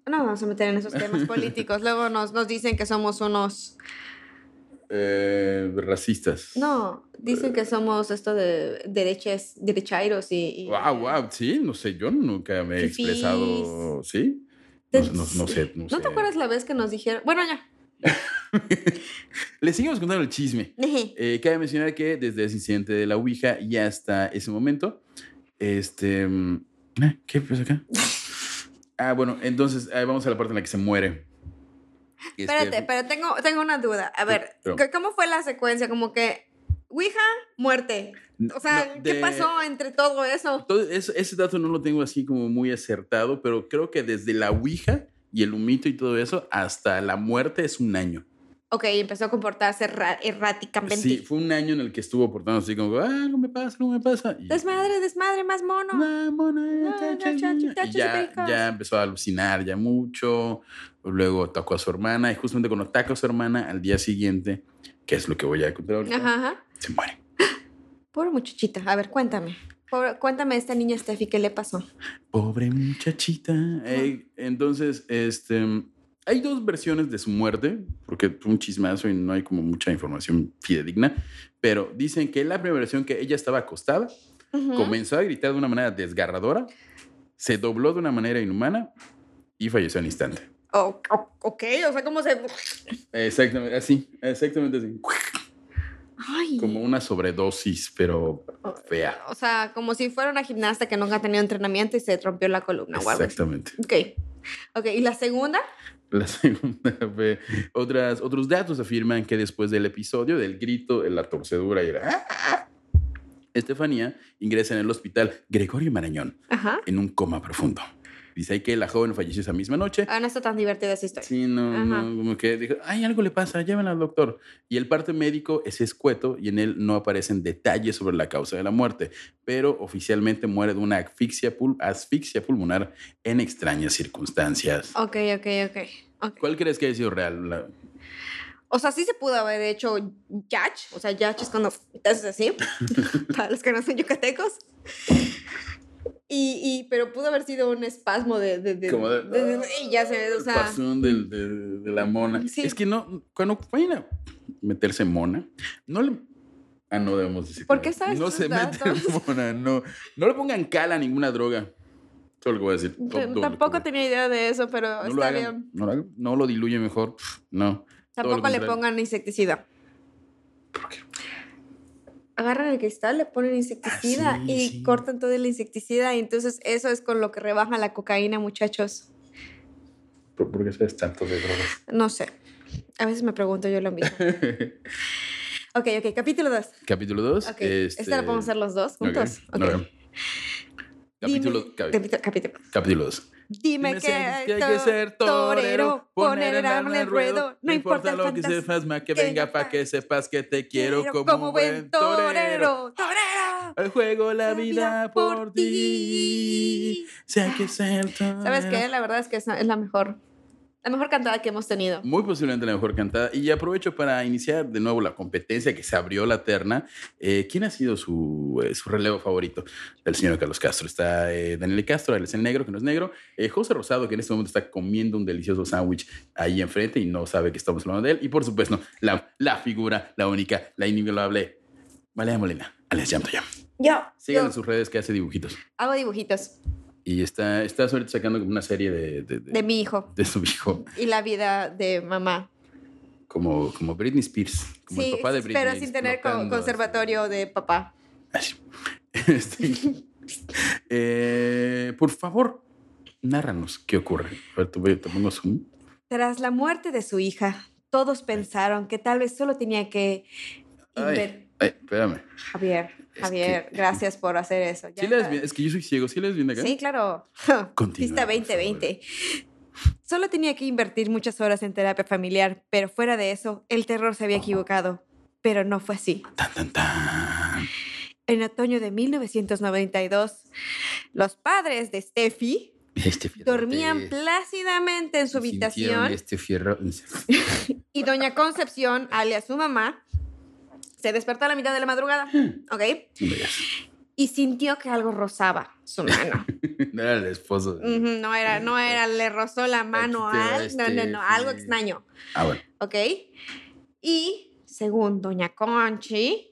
B: No nos vamos a meter en esos temas
A: <laughs>
B: políticos. Luego nos, nos dicen que somos unos...
A: Eh, racistas.
B: No, dicen que somos esto de derechas, derechairos y... y-
A: Wow, wow, sí, no sé, yo nunca me he
B: Fifís.
A: expresado, ¿sí? No, no- no sé, no,
B: ¿No
A: sé.
B: te acuerdas la vez que nos dijeron? Bueno, ya. <laughs>
A: Le seguimos contando el chisme.
B: Eje.
A: Eh, cabe mencionar que desde ese incidente de la Ouija y hasta ese momento, este... mm, ah, ¿Qué pasa acá? Ah, bueno, entonces ahí vamos a la parte en la que se muere.
B: Espérate,
A: Este,
B: pero tengo, tengo una duda. A ver,
A: pero-
B: ¿qué- ¿cómo fue la secuencia? Como que, Ouija, muerte. O sea,
A: no,
B: ¿qué
A: de-
B: pasó entre todo eso?
A: todo eso- ese dato no lo tengo así como muy acertado, pero creo que desde la Ouija y el humito y todo eso hasta la muerte es un año.
B: Ok, empezó a comportarse erra- erráticamente.
A: Sí, fue un año en el que estuvo portando así como, ah, no me pasa, no me pasa. Y-
B: Desmadre, desmadre, más mono.
A: Vámonos,
B: Ah,
A: tachas,
B: tachas,
A: niña.
B: tachas
A: Y
B: y
A: ya,
B: pellizcos.
A: ya empezó a alucinar ya mucho. Luego atacó a su hermana. Y justamente cuando ataca a su hermana, al día siguiente, que es lo que voy a contar ahorita,
B: Ajá, ajá.
A: se muere.
B: Pobre muchachita. A ver, cuéntame. Pobre- cuéntame a esta niña Steffi, ¿qué le pasó?
A: Pobre muchachita. Eh, entonces, este. Hay dos versiones de su muerte, porque fue un chismazo y no hay como mucha información fidedigna, pero dicen que la primera versión que ella estaba acostada,
B: Ujú.
A: comenzó a gritar de una manera desgarradora, se dobló de una manera inhumana y falleció al instante.
B: O- o- ok, o sea, ¿cómo se...?
A: Exactamente, así, exactamente así.
B: Ay.
A: <laughs> Como una sobredosis, pero fea.
B: O sea, como si fuera una gimnasta que nunca ha tenido entrenamiento y se rompió la columna o algo así.
A: Exactamente.
B: Ok. Ok, ¿y la segunda?
A: La segunda <laughs> fue. Otras, otros datos afirman que después del episodio, del grito, la torcedura y la. ¡Ah! Estefanía ingresa en el hospital Gregorio Marañón
B: Ajá.
A: en un coma profundo. Dice ahí que la joven falleció esa misma noche.
B: Ah, no está tan divertida esa historia.
A: Sí, no,
B: Ajá.
A: no, como que dijo, ay, algo le pasa, llévenla al doctor. Y el parte médico es escueto y en él no aparecen detalles sobre la causa de la muerte, pero oficialmente muere de una asfixia, pul- asfixia pulmonar en extrañas circunstancias.
B: Ok, ok, ok. ok.
A: ¿Cuál crees que ha sido real? La-
B: O sea, sí se pudo haber hecho yach. O sea, yach es cuando te haces
A: <laughs>
B: así. para los que no son yucatecos. Y, y- pero pudo haber sido un espasmo de. de, de-
A: Como de- ah,
B: y ya se ve, o
A: el
B: sea. mm,
A: pasón del- de, de la mona.
B: Sí.
A: Es que no, cuando vayan a meterse mona, no le... Ah, no debemos decir.
B: ¿Por
A: nada.
B: qué sabes
A: No
B: tus
A: se meten
B: datos?
A: <laughs> mona, no. No le pongan cal a ninguna droga. Eso es lo que voy a decir.
B: Pero
A: Todo lo que-
B: Tampoco tenía idea de eso, pero
A: no lo
B: Oh, está
A: hagan,
B: bien.
A: no lo hagan, no lo diluye mejor,
B: <laughs>
A: no. Todo lo
B: Tampoco le
A: contrario.
B: pongan insecticida. Agarran el cristal, le ponen insecticida
A: Ah, sí,
B: y
A: sí.
B: cortan todo el insecticida. Y entonces eso es con lo que rebaja la cocaína, muchachos.
A: ¿Por, por qué sabes tanto de drogas?
B: No sé. A veces me pregunto yo lo
A: <laughs>
B: mismo. ok, ok, capítulo 2.
A: Capítulo 2.
B: Ok,
A: Este,
B: esta la podemos hacer los dos juntos. Ok. Dime-
A: Capítulo, cap-
B: capítulo- capítulo.
A: capítulo 2.
B: Dime,
A: Dime
B: que,
A: ser-
B: hay que ser torero, poner el arma en el ruedo, no importa lo
A: lo que sepas, ma, que
B: que
A: venga
B: venga
A: pa' que sepas que te quiero
B: Quiero
A: como, buen torero.
B: torero.
A: Al juego la vida por ti. Si hay que ser torero.
B: Ah. ¿Sabes qué? La verdad es que es es la mejor, la mejor cantada que hemos tenido.
A: Muy posiblemente la mejor cantada. Y aprovecho para iniciar de nuevo la competencia que se abrió la terna. Eh, ¿Quién ha sido su, eh, su relevo favorito del señor Carlos Castro? Está eh, Daniel Castro, él es el negro, que no es negro. Eh, José Rosado, que en este momento está comiendo un delicioso sándwich ahí enfrente y no sabe que estamos hablando de él. Y por supuesto, la, la figura, la única, la inigualable, Valeria Molina, alias Yam to Yam.
B: Yo,
A: Síganlo en sus redes que hace dibujitos.
B: hago dibujitos
A: Y está, está ahorita sacando como una serie de, de, de-
B: de mi hijo
A: de su hijo,
B: y la vida de mamá.
A: como, como Britney Spears, como el papá de Britney.
B: pero sin tener co-
A: explotando así.
B: conservatorio de papá.
A: Así. <laughs> Este, eh, por favor, nárranos qué ocurre. A ver, te, voy- te pongo zoom.
B: Tras la muerte de su hija, todos pensaron que tal vez solo tenía que... inver-
A: Ay, ay, espérame.
B: Javier,
A: Es
B: Javier,
A: que-
B: gracias por hacer eso. Ya
A: ¿Sí lees
B: está.
A: bien? Es que yo soy ciego. ¿Sí lees bien acá?
B: Sí, claro.
A: Continúa,
B: Pista
A: por
B: 2020. Solo tenía que invertir muchas horas en terapia familiar, pero fuera de eso, el terror se había equivocado. Pero no fue así.
A: Tan, tan, tan.
B: En otoño de 1992, los padres de Steffi
A: Este fierrote.
B: dormían plácidamente en su
A: Sintieron
B: habitación
A: Este fierro.
B: y doña Concepción, alias su mamá, se despertó a la mitad de la
A: <gasps>
B: madrugada, ¿ok?
A: No me digas. <laughs>
B: Y sintió que algo rozaba su mano.
A: No era el esposo.
B: Ujú, No era, no era, le rozó la mano
A: Aquí te va este
B: al... No, no, no,
A: Steffi.
B: algo extraño.
A: Ah, bueno.
B: ¿ok? Y según Doña Conchi,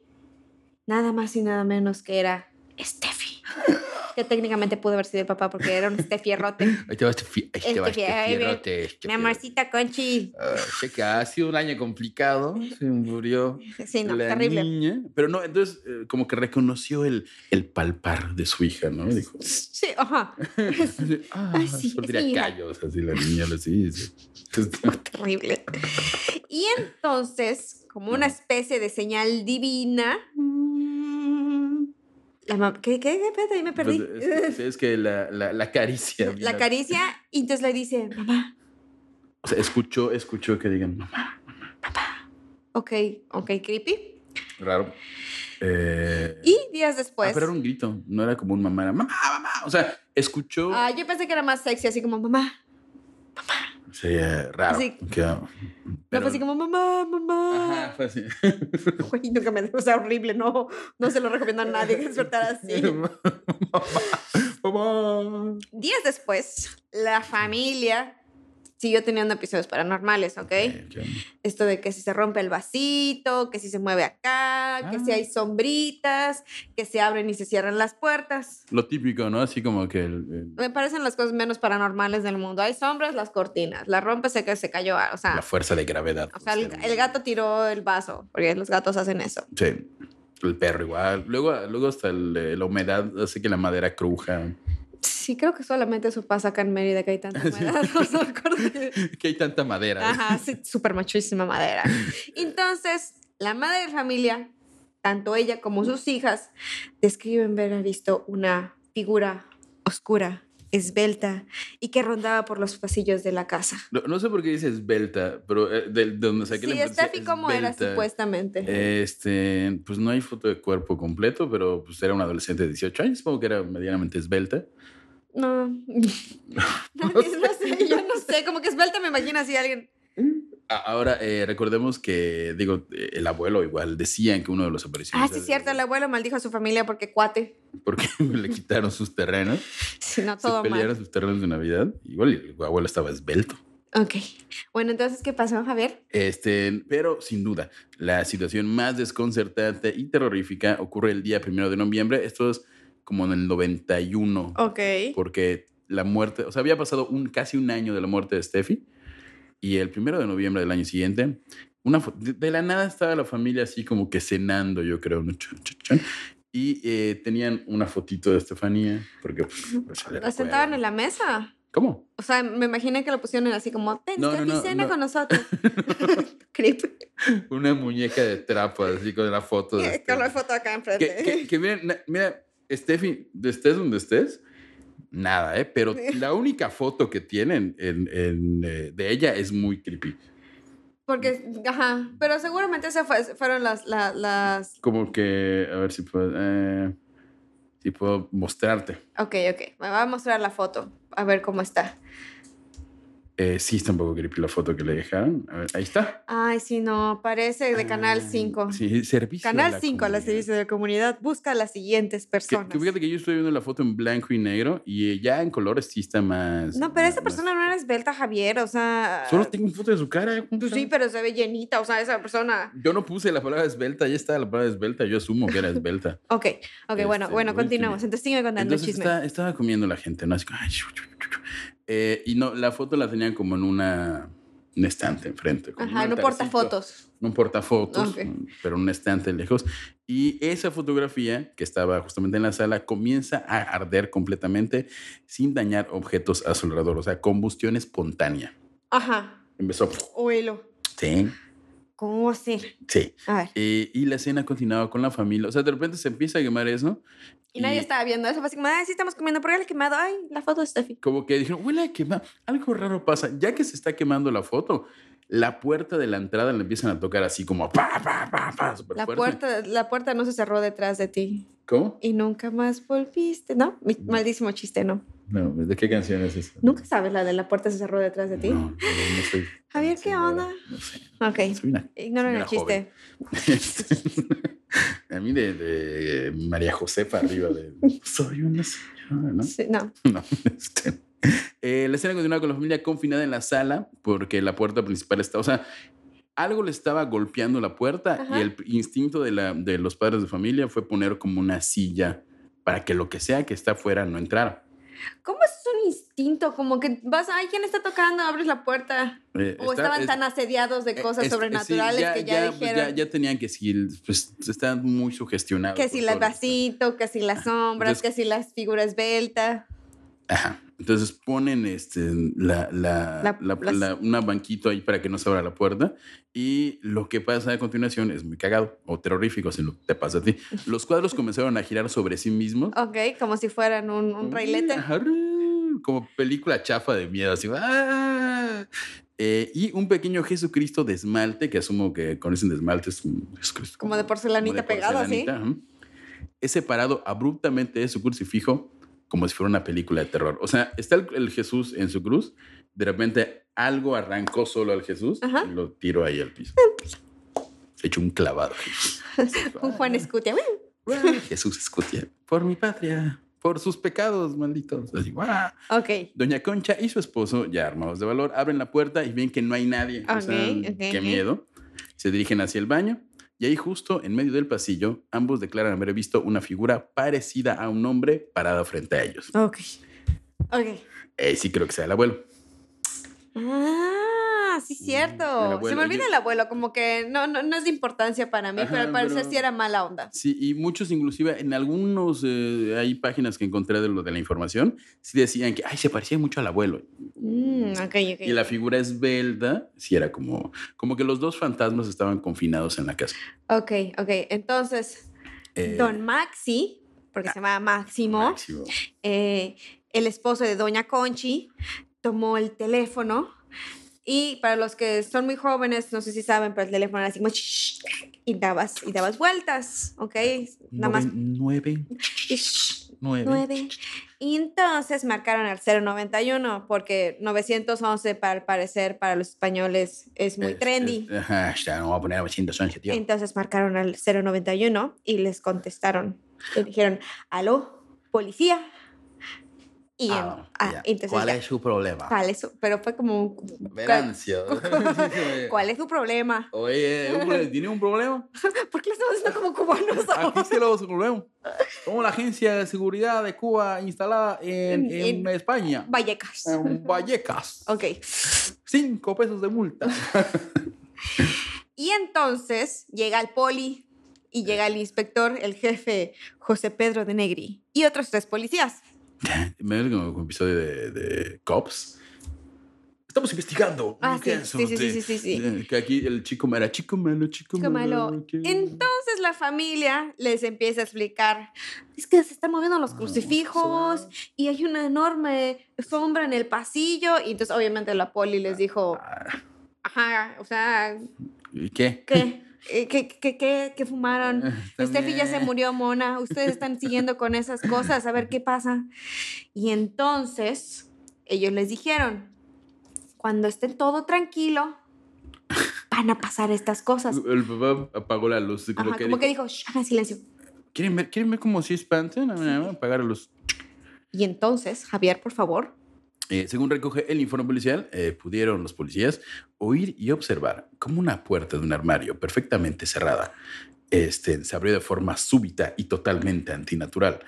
B: nada más y nada menos que era
A: <laughs>
B: Steffi. Que técnicamente pudo haber sido el papá porque era un Steffi
A: <laughs>
B: errote.
A: Ahí te va este, fi- ahí te va
B: Este
A: este
B: fierro-
A: fierrote. este
B: Mi
A: fierrote.
B: amorcita Conchi.
A: Ah, sé que ha sido un año complicado. Se murió.
B: Sí, no,
A: la
B: terrible.
A: niña. Pero no, entonces eh, como que reconoció el, el palpar de su hija, ¿no? Dijo,
B: Sí, ajá. <laughs>
A: ah,
B: Ay, sí,
A: solo tenía
B: sí, hija.
A: callos, así la niña lo sí, sí.
B: <laughs> Terrible. Y entonces, como una especie de señal divina. mm, La mam- ¿Qué, qué, qué? Espérate, ahí me perdí.
A: Pues, es, que, es que la, la, la caricia.
B: La
A: mira,
B: caricia y entonces le dice, mamá,
A: O sea, escuchó, escuchó que digan, mamá,
B: ok, ok, creepy.
A: raro. Eh,
B: Y pues días
A: ah,
B: después.
A: pero era un grito, no era como un mamá, era, mamá, mamá. O sea, escuchó.
B: Ah, yo pensé que era más sexy, así como mamá.
A: O sea, eh, raro.
B: Así-
A: que- ah,
B: no
A: pero-
B: fue así como mamá, mamá.
A: Ajá, fue así.
B: <laughs> Güey, nunca me o sea, horrible, no, no se lo recomiendo a nadie que despertara así.
A: <laughs> mamá, mamá.
B: Días después, la familia siguió teniendo episodios paranormales, ¿ok?
A: Ok.
B: Esto de que si se rompe el vasito, que si se mueve acá, que si
A: Ah.
B: hay sombritas, que se abren y se cierran las puertas.
A: Lo típico, ¿no? Así como que el- el-
B: Me parecen las cosas menos paranormales del mundo. Hay sombras, las cortinas. La rompe, se, que se cayó. ah, O sea,
A: la fuerza de gravedad.
B: o sea el,
A: pues,
B: el gato tiró el vaso, porque los gatos hacen eso.
A: Sí. El perro igual. Luego, luego hasta el, eh, la humedad hace que la madera cruja. <laughs>
B: Sí, creo que solamente eso pasa acá en Mérida, que hay <laughs> tanta madera. No me acuerdo <laughs> que-
A: que hay tanta madera. ¿eh?
B: Ajá, sí, súper machísima madera. Entonces, la madre de familia tanto ella como sus hijas describen haber visto una figura oscura, esbelta y que rondaba por los pasillos de la casa.
A: No, no sé por qué dices belta, pero eh, de, de donde saqué
B: sí,
A: la
B: Steffi, ¿cómo era supuestamente?
A: Este, pues no hay foto de cuerpo completo, pero pues era un adolescente de 18 años, supongo que era medianamente esbelta.
B: No. <laughs> no, sé, yo no sé, como que esbelta me imagino así alguien.
A: A- Ahora, eh, recordemos que, digo, eh, el abuelo igual decían que uno de los aparecidos.
B: Ah, sí, cierto, el abuelo maldijo a su familia porque cuate.
A: Porque <laughs> le quitaron sus terrenos.
B: Si no,
A: Se
B: todo mal.
A: pelearon sus terrenos de Navidad. Igual el abuelo estaba esbelto.
B: Ok. Bueno, entonces, ¿qué pasó, Javier?
A: Este, pero sin duda, la situación más desconcertante y terrorífica ocurre el día primero de noviembre. Esto es como en el 91,
B: Ok.
A: porque la muerte, o sea, había pasado un, casi un año de la muerte de Steffi y el primero de noviembre del año siguiente, una, fo- de, de la nada estaba la familia así como que cenando, yo creo, ¿no? Chon, chon, chon. y eh, tenían una fotito de Estefanía, porque pues, pues, se le
B: ¿La sentaban
A: recuerda.
B: en la mesa?
A: ¿Cómo?
B: O sea, me imagino que lo pusieron así como, ten,
A: No, no,
B: Steffi,
A: no,
B: cena
A: no.
B: con
A: <laughs>
B: nosotros. Creep.
A: Una muñeca de trapo, así con la foto
B: <laughs>
A: de...
B: Con
A: Steffi.
B: la foto acá enfrente.
A: Que, que, que miren, na- mira, Steffi, de estés donde estés, nada, ¿eh?
B: <laughs>
A: Pero la única foto que tienen en, en, eh, de ella es muy creepy.
B: <laughs> Porque, ajá, pero seguramente esas fue- fueron las, la- las,
A: Como que, a ver si puedo, eh, si puedo mostrarte.
B: Ok, ok, me va a mostrar la foto, a ver cómo está.
A: Eh, sí, está un poco creepy la foto que le dejaron. A ver, ahí está.
B: Ay, sí, no, parece de Canal
A: Ah,
B: 5.
A: Sí, servicio. a
B: Canal 5, la
A: comunidad.
B: servicio de comunidad, busca a las siguientes
A: Que-
B: personas.
A: que fíjate que yo estoy viendo la foto en blanco y negro y eh, ya en colores sí está más.
B: no, pero esa
A: más-
B: persona no era esbelta, Javier, o sea...
A: Solo tengo una foto de su cara. ¿cómo
B: Ah, pues sí,
A: sabes?
B: pero se ve llenita, o sea, esa persona...
A: Yo no puse la palabra esbelta, ya está la palabra esbelta, yo asumo que era esbelta.
B: <laughs> Ok, ok, bueno,
A: Este,
B: bueno,
A: última.
B: continuamos. Entonces sígueme contando el
A: Entonces
B: chisme.
A: está- estaba comiendo la gente, ¿no? Así como, ay, chu, chu, chu, chu. Eh, y no, la foto la tenían como en una, un estante enfrente. como
B: Ajá,
A: un
B: no porta
A: altarcito,
B: fotos.
A: No portafotos, mm,
B: Ok.
A: pero un estante lejos. Y esa fotografía que estaba justamente en la sala comienza a arder completamente sin dañar objetos a su alrededor, o sea, combustión espontánea.
B: Ajá,
A: Empezó.
B: oílo.
A: Sí,
B: ¿Cómo así?
A: sí.
B: A ver.
A: Eh, y la escena continuaba con la familia. O sea, de repente se empieza a quemar eso.
B: Y, nadie estaba viendo eso, fue así como, ay, sí estamos comiendo, pero ya le he quemado, ay, la foto de Steffi.
A: como que dijeron, huele a quemar, algo raro pasa. Ya que se está quemando la foto, la puerta de la entrada le empiezan a tocar así como pa, pa, pa, pa, súper
B: La
A: fuerte.
B: puerta, la puerta no se cerró detrás de ti.
A: ¿Cómo?
B: y nunca más volviste, ¿no? Mi maldísimo chiste, ¿no?
A: No, ¿de qué canción es esa?
B: Nunca sabes la de la puerta se cerró detrás de ti.
A: No, no, no soy-
B: <laughs> Javier,
A: no
B: ¿qué
A: sé,
B: onda?
A: No sé.
B: Ok.
A: Soy una.
B: Ignoran el
A: Señora joven.
B: chiste.
A: <laughs> a mí de, de María Josefa
B: <laughs>
A: arriba de. Soy una señora, ¿no?
B: Sí, no.
A: No, este, eh, la escena continuaba con la familia confinada en la sala porque la puerta principal está, o sea, algo le estaba golpeando la puerta
B: Ajá.
A: y el instinto de, la, de los padres de familia fue poner como una silla para que lo que sea que está afuera no entrara.
B: ¿Cómo es un instinto? Como que vas, ay, ¿quién está tocando? Abres la puerta.
A: Eh,
B: O
A: está-
B: estaban
A: es-
B: tan asediados de
A: eh,
B: cosas
A: es- sí,
B: sobrenaturales que ya,
A: pues,
B: dijeron
A: ya- ya tenían que si, pues están muy sugestionados.
B: que
A: por
B: si
A: todo
B: las
A: lo que está-
B: vasito, que si las sombras,
A: Entonces-
B: que si las figuras belta.
A: Ajá. Entonces ponen este, la, la-
B: La-
A: la-
B: las-
A: la- una banquito ahí para que no se abra la puerta. Y lo que pasa a continuación es muy cagado o terrorífico, si lo te
B: <laughs>
A: pasa a ti. Los cuadros comenzaron a girar sobre sí mismos.
B: Ok, como si fueran Oh, un, un railete.
A: Mm, Ajá, ru, Como película chafa de miedo, así. ¡ah! Eh, y un pequeño Jesucristo de esmalte, que asumo que conocen de esmalte, es un Jesucristo.
B: Como de porcelanita pegada, ¿sí?
A: porcelanita, ajá. Es separado abruptamente de su crucifijo como si fuera una película de terror. O sea, está el, el Jesús en su cruz, de repente algo arrancó solo al Jesús
B: Ajá.
A: y lo tiró ahí al piso. Se echó un clavado.
B: <laughs> Un Juan Escutia. ¡uy!
A: Jesús escutia. Por mi patria, por sus pecados, malditos. Así, ¡guau!
B: Ok.
A: Doña Concha y su esposo, ya armados de valor, abren la puerta y ven que no hay nadie. O sea,
B: Ok, ok,
A: qué
B: ok.
A: miedo. Se dirigen hacia el baño y ahí justo en medio del pasillo, ambos declaran haber visto una figura parecida a un hombre parada frente a ellos.
B: Ok. Ok.
A: Eh, sí creo que sea el abuelo.
B: Ah, Ah, sí, cierto.
A: El abuelo.
B: Se me olvida
A: Yo-
B: el abuelo, como que no, no, no es de importancia para mí,
A: Ajá,
B: pero al parecer
A: pero-
B: sí era mala onda.
A: Sí, y muchos inclusive en algunos eh, hay páginas que encontré de lo de la información, sí decían que, ay, se parecía mucho al abuelo.
B: Mm, ok, ok.
A: Y la figura esbelta, sí era como, como que los dos fantasmas estaban confinados en la casa.
B: Ok, ok. Entonces,
A: Eh, ah.
B: don Maxi, porque se llama Máximo,
A: Máximo.
B: eh, el esposo de doña Conchi, tomó el teléfono. Y para los que son muy jóvenes, no sé si saben, pero el teléfono era así como shh, y dabas, y dabas vueltas, ¿ok? Nada más.
A: Nueve- Nueve,
B: y shh,
A: nueve.
B: Nueve. Y entonces marcaron al 091 porque 911 para al parecer para los españoles es muy
A: Es-
B: trendy.
A: es- ajá, ya no voy a poner a 811, tío.
B: entonces marcaron al 091 y les contestaron. Le dijeron, aló, policía. Y en-
A: Ah,
B: ah,
A: ya.
B: entonces
A: ¿Cuál
B: ya,
A: es su problema?
B: ¿cuál es su- Pero fue como, un- ¿cuál,
A: Venancio. <laughs>
B: <laughs> cuál es tu problema?
A: Oye,
B: <laughs>
A: un problema- ¿tiene un problema?
B: ¿Por qué lo estamos haciendo como
A: <laughs>
B: cubanos?
A: Aquí se lo resolvemos. Como la agencia de seguridad de Cuba instalada en, en
B: En-
A: España,
B: Vallecas.
A: en Vallecas.
B: <laughs> Ok.
A: Cinco pesos
B: <laughs>
A: de multa.
B: Y entonces llega el poli y llega el inspector, el jefe José Pedro de Negri y otros tres policías.
A: Me ves como un episodio de, de Cops. Estamos investigando.
B: Ah,
A: un
B: sí,
A: caso
B: sí, sí,
A: de-
B: sí, sí, sí.
A: de- Que aquí el chico me era chico malo, chico,
B: Chico
A: malo.
B: malo.
A: que-
B: Entonces la familia les empieza a explicar, es que se están moviendo los crucifijos y hay una enorme sombra en el pasillo. Y entonces obviamente la poli les dijo,
A: Ah,
B: ajá, o sea,
A: ¿Y qué? <laughs>
B: ¿qué? Eh, ¿Qué, qué, qué, qué fumaron? <laughs> Steffi ya se
A: Ah, También.
B: murió, Mona. Ustedes
A: <laughs>
B: están siguiendo con esas cosas, a ver qué pasa. Y entonces ellos les dijeron, cuando estén todo tranquilo, van a pasar estas cosas.
A: El papá apagó la luz. Como
B: Ajá,
A: que
B: como que
A: dijo,
B: dijo, "Shh, hagan silencio.
A: ¿Quieren, ver, ¿Quieren ver cómo si espantan? A ver, a ver, Apagar la luz.
B: Y entonces, Javier, por favor.
A: Eh, según recoge el informe policial, eh, pudieron los policías oír y observar cómo una puerta de un armario perfectamente cerrada este, se abrió de forma súbita y totalmente antinatural.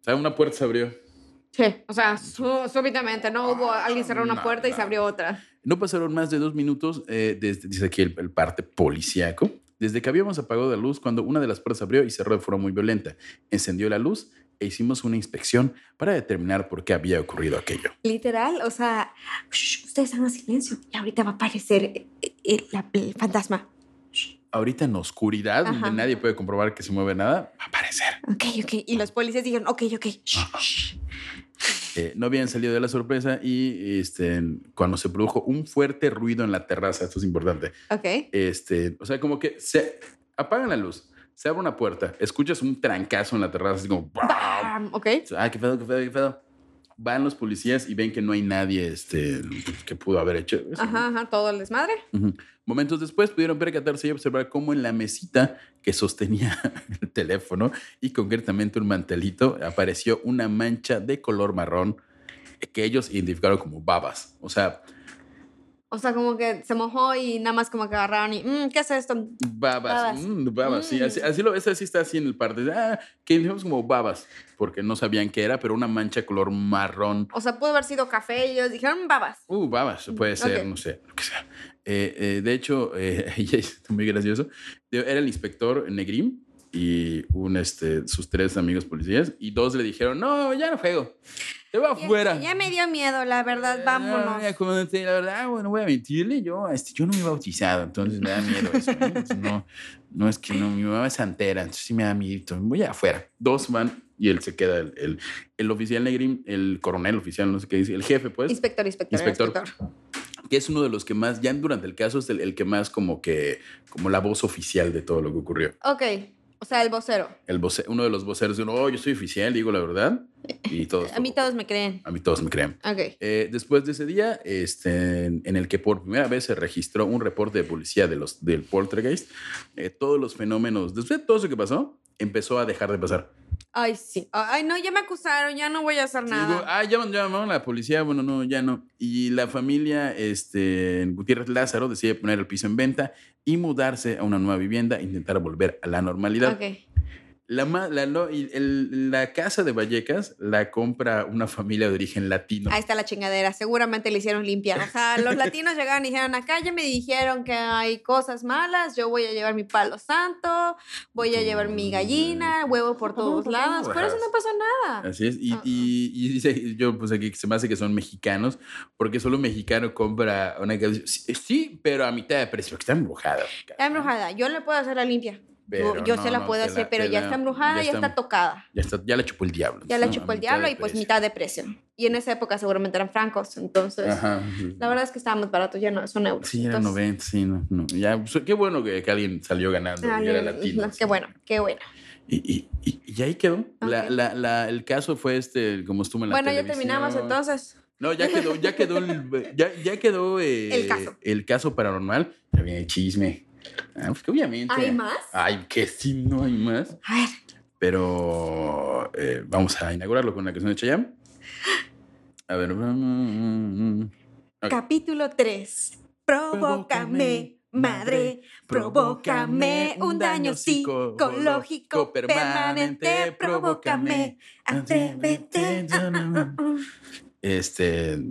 A: O sea, una puerta se abrió.
B: Sí, o sea, sú- súbitamente, ¿no? Hubo
A: Ah,
B: alguien cerró una
A: No,
B: puerta y
A: no.
B: se abrió otra.
A: No pasaron más de dos minutos, eh, desde, dice aquí el, el parte policíaco, desde que habíamos apagado la luz cuando una de las puertas abrió y cerró de forma muy violenta. Encendió la luz e hicimos una inspección para determinar por qué había ocurrido aquello.
B: Literal, o sea, "Shh, ustedes hagan silencio y ahorita va a aparecer eh, eh, la- el fantasma.
A: Ahorita en oscuridad, donde
B: Ajá.
A: nadie puede comprobar que se mueve nada, va a aparecer.
B: Ok, ok. Y los policías dijeron, ok, ok. shh, shh".
A: Eh, no habían salido de la sorpresa y este, cuando se produjo un fuerte ruido en la terraza, esto es importante,
B: Ok.
A: este, o sea, como que se apagan la luz, se abre una puerta, escuchas un trancazo en la terraza, así como, ¡pam!
B: Bam, ok.
A: ah, qué pedo, qué pedo, qué pedo. Van los policías y ven que no hay nadie este, que pudo haber hecho eso.
B: Ajá, ajá, todo el desmadre.
A: Ujú. Momentos después pudieron percatarse y observar cómo en la mesita que sostenía <laughs> el teléfono y concretamente un mantelito apareció una mancha de color marrón que ellos identificaron como babas. O sea,
B: O sea, como que se mojó y nada más como que agarraron y, "Mm, ¿qué es esto?
A: babas,
B: Babas.
A: mm, babas, sí,
B: Mm.
A: así, así lo ves, así está así en el parte. Ah, que identificamos como babas, porque no sabían qué era, pero una mancha color marrón
B: O sea, pudo haber sido café y ellos dijeron "Mm, babas.
A: Uh, babas, puede ser,
B: Mm, ok.
A: no sé, lo que sea. Eh, eh, de hecho, eh, <laughs> y es muy gracioso. de- Era el inspector Negrim y un, este, sus tres amigos policías, y dos le dijeron: No, ya no juego, te voy
B: Ya-
A: afuera.
B: Ya, me dio miedo, la verdad,
A: Eh,
B: vámonos.
A: ya, como te- la verdad, ah, bueno, voy a mentirle. Yo, este, yo no me he bautizado, entonces me da miedo eso. ¿no? Entonces, no, no, es que no, mi mamá es santera, entonces sí me da miedo. Voy afuera. Dos van y él se queda, el, el, el oficial Negrim, el coronel oficial, no sé qué dice, el jefe, pues
B: Inspector, inspector,
A: Inspector.
B: inspector.
A: que es uno de los que más, ya durante el caso, es el, el que más como que, como la voz oficial de todo lo que ocurrió.
B: Ok, o sea, el vocero.
A: El voce- uno de los voceros de uno, oh, yo soy oficial, digo la verdad.
B: <laughs>
A: Y todos,
B: A mí todos me creen.
A: a mí todos me creen.
B: Ok.
A: Eh, después de ese día, este, en, en el que por primera vez se registró un reporte de policía de los, del poltergeist, eh, todos los fenómenos, después de todo eso que pasó, empezó a dejar de pasar.
B: Ay, sí. Ay, no, ya me acusaron, ya no voy a hacer
A: Sí, digo,
B: nada.
A: ah, llaman, llaman a la policía, bueno, no, ya no. Y la familia este, Gutiérrez Lázaro decide poner el piso en venta y mudarse a una nueva vivienda e intentar volver a la normalidad.
B: Ok.
A: La, ma- la, lo- y el- la casa de Vallecas la compra una familia de origen latino.
B: Ahí está la chingadera. Seguramente le hicieron
A: <laughs>
B: limpiar. O sea, los latinos llegaron y dijeron, acá ya me dijeron que hay cosas malas. Yo voy a llevar mi palo santo, voy a llevar mi gallina,
A: Mm.
B: huevo por todos lados. Por eso no pasó nada.
A: Así es. Y,
B: Ah,
A: y- y dice, yo pues aquí se me hace que son mexicanos, porque solo un mexicano compra una casa. Sí, sí, pero a mitad de precio, que está embrujada.
B: Está embrujada. Yo le puedo hacer la limpia.
A: Pero
B: yo yo
A: no,
B: se la
A: no,
B: puedo
A: te la-
B: hacer, pero
A: te
B: ya
A: la-
B: está embrujada,
A: ya
B: ya,
A: está-
B: está tocada.
A: Ya, está, ya la chupó el diablo.
B: Ya
A: ¿no?
B: la
A: A
B: chupó el
A: mitad de
B: diablo y pues
A: precio.
B: mitad de precio. Y en esa época seguramente eran francos. Entonces,
A: Ajá.
B: la verdad es que estaba más barato, ya no, son euros.
A: Sí, era
B: Entonces,
A: 90, sí, no, no. Ya, pues, qué bueno que, que alguien salió ganando,
B: ah,
A: y era
B: no,
A: latino.
B: no,
A: sí.
B: Qué bueno, qué bueno.
A: Y, y- y- y ahí quedó. La-
B: Ok.
A: la- la- el caso fue este, como estuvo en la
B: Bueno, ya
A: televisión.
B: terminamos entonces.
A: No, ya quedó, ya quedó, el, ya, ya quedó eh,
B: El caso.
A: el caso paranormal. Ya viene el chisme. Ah, pues que obviamente.
B: ¿Hay más?
A: Ay, que sí, no hay más.
B: A ver.
A: Pero eh, vamos a inaugurarlo con la canción de Chayanne. A ver. vamos. Ok.
B: Capítulo 3. Provócame, madre, provócame un daño psicológico permanente, provócame, atrévete. ah, <laughs> ah, ah.
A: Este.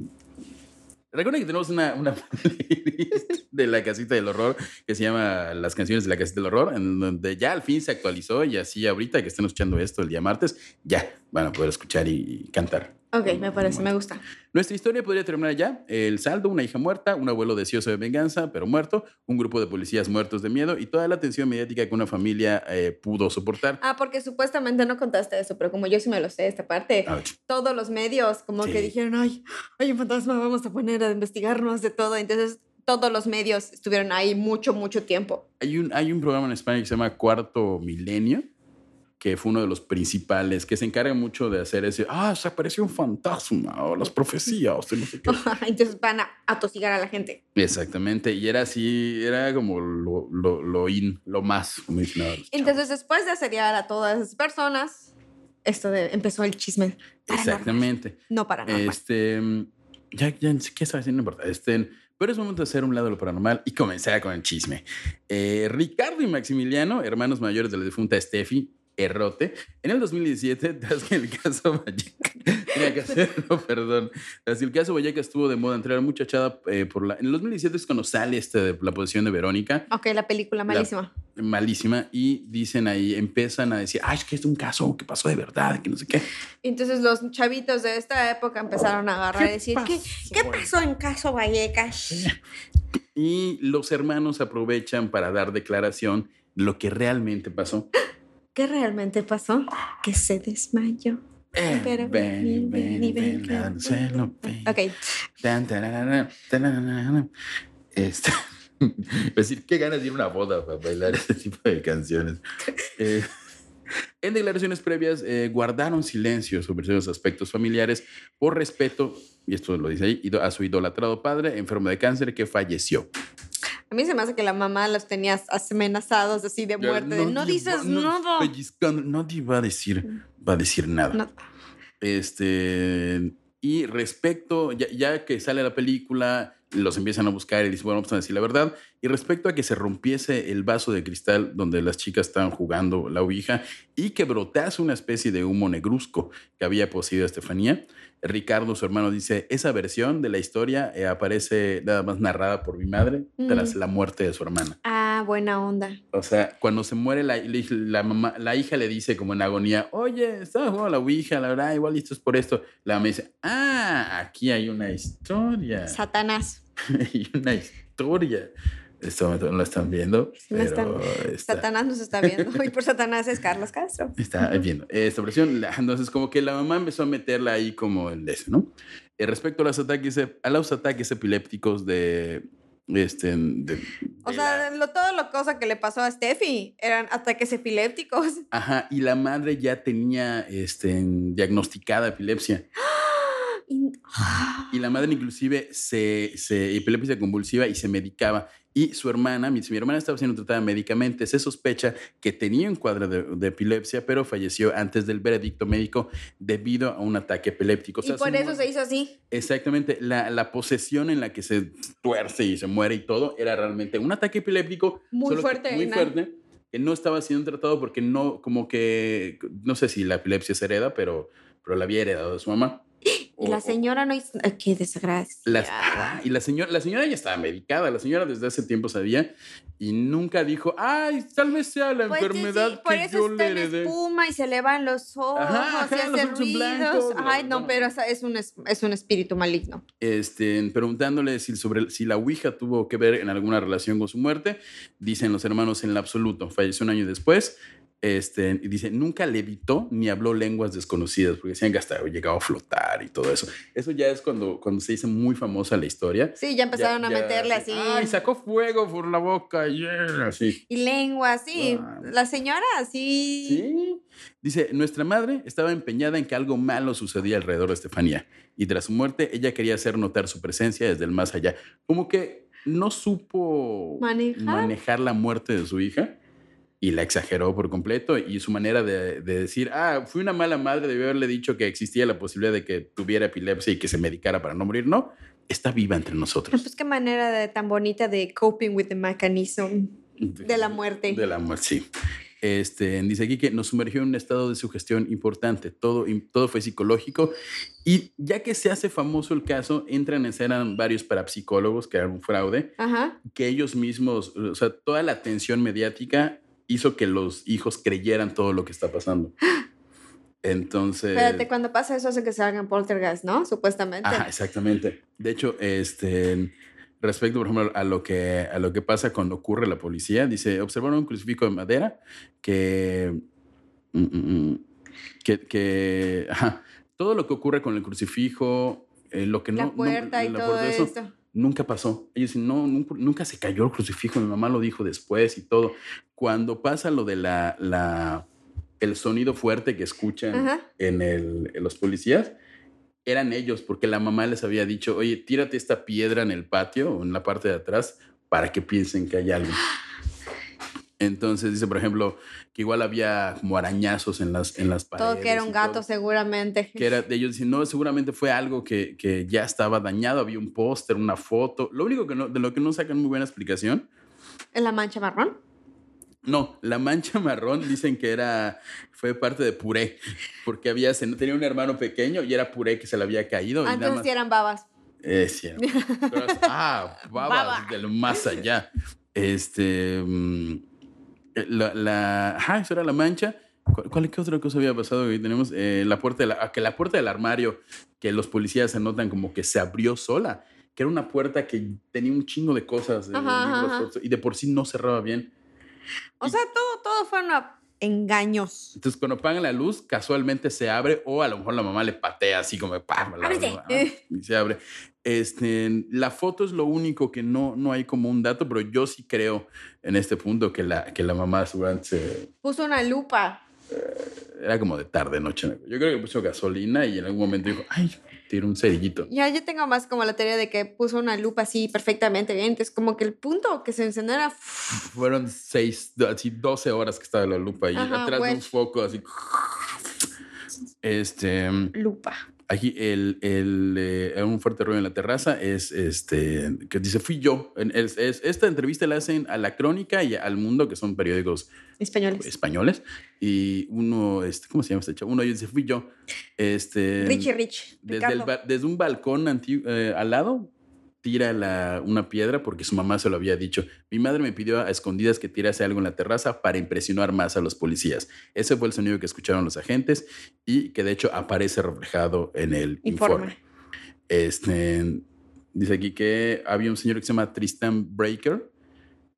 A: Recuerden que tenemos una, una <laughs> playlist de la casita del horror que se llama Las canciones de la casita del horror, en donde ya al fin se actualizó y así ahorita que estén escuchando esto el día martes, ya van a poder escuchar y, y cantar.
B: Ok, me parece, me gusta.
A: Nuestra historia podría terminar ya. El saldo, una hija muerta, un abuelo deseoso de venganza, pero muerto, un grupo de policías muertos de miedo y toda la atención mediática que una familia eh, pudo soportar.
B: Ah, porque supuestamente no contaste eso, pero como yo sí me lo sé esta parte,
A: Ouch.
B: todos los medios como
A: Sí.
B: que dijeron, ay, hay un fantasma, vamos a poner a investigarnos de todo. Entonces, todos los medios estuvieron ahí mucho, mucho tiempo.
A: Hay un, hay un programa en España que se llama Cuarto Milenio, que fue uno de los principales, que se encarga mucho de hacer ese, ah, se apareció un fantasma, o las profecías, o no sé qué.
B: <laughs> Entonces van a atosigar a la gente.
A: Exactamente, y era así, era como lo, lo, lo in, lo más, como dicen ahora los chavos.
B: Entonces, después de asediar a todas esas personas, esto de, empezó el chisme. paranormal.
A: Exactamente.
B: No paranormal.
A: Este, ya, ya ni siquiera sabes, no importa. Este, pero es momento de hacer un lado de lo paranormal y comenzar con el chisme. Eh, Ricardo y Maximiliano, hermanos mayores de la difunta Steffi, Errote, en el 2017, <laughs> tras que el caso Valleca, tenía que <laughs> hacerlo, perdón, tras que el caso Valleca estuvo de moda entre la muchachada eh, por la, en el 2017 es cuando sale este, de la posición de Verónica,
B: Ok, la película malísima.
A: malísima, y dicen ahí, empiezan a decir, ay, es que es un caso que pasó de verdad, que no sé qué.
B: Entonces los chavitos de esta época empezaron a agarrar y decir, ¿qué, ¿qué pasó en caso Vallecas?
A: Y los hermanos aprovechan para dar declaración lo que realmente pasó.
B: ¿Qué realmente pasó? Que se desmayó.
A: Eh,
B: Pero ven,
A: ven, ven,
B: ven,
A: ven,
B: ven,
A: lánzalo, ven.
B: Ok,
A: Tan, tararara, tararara. Este, <laughs> es decir, qué ganas de ir a una boda para bailar este tipo de canciones. Eh, en declaraciones previas, eh, guardaron silencio sobre esos aspectos familiares por respeto, y esto lo dice ahí, ido- a su idolatrado padre, enfermo de cáncer, que falleció.
B: a mí se me hace que la mamá los tenía as- amenazados así de muerte. de, No,
A: di-
B: dices
A: no-
B: nada.
A: pellizcando, nadie va a decir, va a decir nada.
B: No.
A: Este, y respecto, ya, ya que sale la película, los empiezan a buscar y dicen, bueno, vamos a decir la verdad. Y respecto a que se rompiese el vaso de cristal donde las chicas estaban jugando la ouija y que brotase una especie de humo negruzco que había poseído a Estefanía, Ricardo, su hermano, dice, esa versión de la historia eh, aparece nada más narrada por mi madre tras
B: Mm.
A: la muerte de su hermana.
B: Ah, buena onda.
A: O sea, cuando se muere la, la hij- la mamá, la hija le dice como en agonía, oye, estaba jugando a la Ouija, la verdad, igual listo es por esto. La mamá dice, ah, aquí hay una historia.
B: Satanás.
A: <laughs> hay una historia. Esto momento no lo están viendo,
B: Sí, no
A: pero está,
B: Satanás nos está
A: <laughs>
B: viendo. Y por Satanás es Carlos Castro.
A: está viendo. Esta versión, la- entonces como que la mamá empezó a meterla ahí como el de ese, ¿no? Eh, respecto a los ataques, ep- a los ataques epilépticos de... Este, de-
B: O
A: de
B: sea,
A: la-
B: lo, todo lo cosa que le pasó a Steffi eran ataques epilépticos.
A: Ajá, y la madre ya tenía este, diagnosticada epilepsia.
B: Y-
A: Y la madre inclusive se, se epilepsia convulsiva y se medicaba. Y su hermana, mi, mi hermana estaba siendo tratada médicamente, se sospecha que tenía un cuadro de, de epilepsia, pero falleció antes del veredicto médico debido a un ataque epiléptico. O sea,
B: y por
A: su
B: eso
A: mu-
B: se hizo así.
A: Exactamente, la, la posesión en la que se tuerce y se muere y todo era realmente un ataque epiléptico.
B: Muy
A: solo que
B: fuerte,
A: Muy
B: ¿no?
A: fuerte. que no estaba siendo tratado porque no, como que, no sé si la epilepsia se hereda, pero, pero la había heredado de su mamá.
B: <gasps> Y
A: O-
B: la
A: o-
B: señora no hizo. ay, ¡Qué desgracia!
A: las- ah, y la señora, la señora ya estaba medicada, la señora desde hace tiempo sabía y nunca dijo, ay, tal vez sea la
B: Pues sí,
A: enfermedad
B: sí, por
A: que
B: eso
A: yo
B: está
A: le
B: en
A: heredé.
B: espuma y se le van los ojos
A: Ajá,
B: y
A: ajá,
B: hace
A: los ojos en
B: ruidos.
A: blanco,
B: Ay,
A: bla,
B: no,
A: bla.
B: pero o sea, es un, es, es un espíritu maligno.
A: este, preguntándole si, sobre, si la Ouija tuvo que ver en alguna relación con su muerte. Dicen los hermanos en el absoluto. Falleció un año después. Este, y dice, nunca levitó ni habló lenguas desconocidas, porque decían que hasta llegaba a flotar y todo eso. Eso ya es cuando, cuando se dice muy famosa la historia.
B: Sí, ya empezaron
A: Ya-
B: a
A: ya,
B: meterle así.
A: Ay, sacó fuego por la boca. yeah", así.
B: y lengua, así.
A: Ah.
B: La señora, así.
A: Sí. Dice, nuestra madre estaba empeñada en que algo malo sucedía alrededor de Estefanía y tras su muerte ella quería hacer notar su presencia desde el más allá. Como que no supo
B: Manejar.
A: manejar la muerte de su hija y la exageró por completo y su manera de, de decir, ah, fui una mala madre, debió haberle dicho que existía la posibilidad de que tuviera epilepsia y que se medicara para no morir, no, está viva entre
B: Pero,
A: nosotros.
B: Pues qué manera de- tan bonita de coping with the mechanism de la muerte.
A: Del amor, sí. Este, dice aquí que nos sumergió en un estado de sugestión importante. Todo, todo fue psicológico. Y ya que se hace famoso el caso, entran en escena varios parapsicólogos que eran un fraude,
B: Ajá.
A: que ellos mismos, o sea, toda la atención mediática hizo que los hijos creyeran todo lo que está pasando. Entonces.
B: Espérate, cuando pasa eso hace que se hagan poltergeist, ¿no? Supuestamente.
A: Ajá, exactamente. De hecho, este, respecto, por ejemplo, a lo, que, a lo que pasa cuando ocurre la policía, dice, observaron un crucifijo de madera que... mm, mm, mm, que, que- ajá, todo lo que ocurre con el crucifijo, eh, lo que no...
B: la
A: no-
B: puerta y
A: la
B: todo
A: puerta, eso,
B: esto.
A: Nunca pasó. Ellos dicen, no, nunca, nunca se cayó el crucifijo. Mi mamá lo dijo después y todo. Cuando pasa lo de la... la- el sonido fuerte que escuchan
B: Ajá.
A: en, el, en los policías eran ellos, porque la mamá les había dicho, oye, tírate esta piedra en el patio o en la parte de atrás para que piensen que hay algo. Entonces dice, por ejemplo, que igual había como arañazos en las, en las paredes.
B: Todo que era un
A: y
B: gato,
A: todo.
B: seguramente.
A: Que era de ellos, dicen, no, seguramente fue algo que, que ya estaba dañado, había un póster, una foto. Lo único que no, de lo que no sacan muy buena explicación
B: ¿En la mancha marrón?
A: no, la mancha <laughs> marrón dicen que era fue parte de puré, porque había cen- tenía un hermano pequeño y era puré que se le había caído y nada
B: Antes
A: más.
B: sí eran babas.
A: Eh, sí, era- pero es-
B: <laughs>
A: ah, babas
B: Baba.
A: del más allá. Este mm, la, la ajá, eso era la mancha. ¿Cuál, cuál- qué otra cosa había pasado? que tenemos Eh, la puerta de la, ah, que la puerta del armario que los policías anotan como que se abrió sola, que era una puerta que tenía un chingo de cosas eh,
B: Ajá, ajá,
A: libros,
B: ajá.
A: fotos, y de por sí no cerraba bien.
B: O
A: Y-
B: sea, todo, todo fueron a- engaños.
A: Entonces, cuando apagan la luz, casualmente se abre, o a lo mejor la mamá le patea así como, ¡pam! la-
B: Ábrete.
A: ah,
B: <laughs>
A: Y se abre. Este, la foto es lo único que no, no hay como un dato, pero yo sí creo en este punto que la, que la mamá seguramente se-
B: Puso una lupa.
A: era como de tarde, noche. Yo creo que puso gasolina y en algún momento dijo, ¡ay! Tiro un cerillito.
B: Ya, yo tengo más como la teoría de que puso una lupa así perfectamente bien. Entonces, como que el punto que se encendiera.
A: Fueron seis, do- así 12 horas que estaba la lupa y
B: Ajá, pues.
A: atrás de un
B: güey.
A: foco así. Este.
B: Lupa.
A: Aquí el, el, eh, hay un fuerte ruido en la terraza es este que dice fui yo. En- es- es- esta entrevista la hacen a la Crónica y al Mundo, que son periódicos
B: Españoles.
A: españoles. Y uno, este, ¿cómo se llama este chavo? Uno de ellos dice fui yo. Este,
B: Richie Rich.
A: desde, el
B: Ricardo.
A: ba- desde un balcón anti- eh, al lado tira la- una piedra porque su mamá se lo había dicho. Mi madre me pidió a escondidas que tirase algo en la terraza para impresionar más a los policías. Ese fue el sonido que escucharon los agentes y que de hecho aparece reflejado en el informe.
B: Informe.
A: Este, dice aquí que había un señor que se llama Tristan Breaker,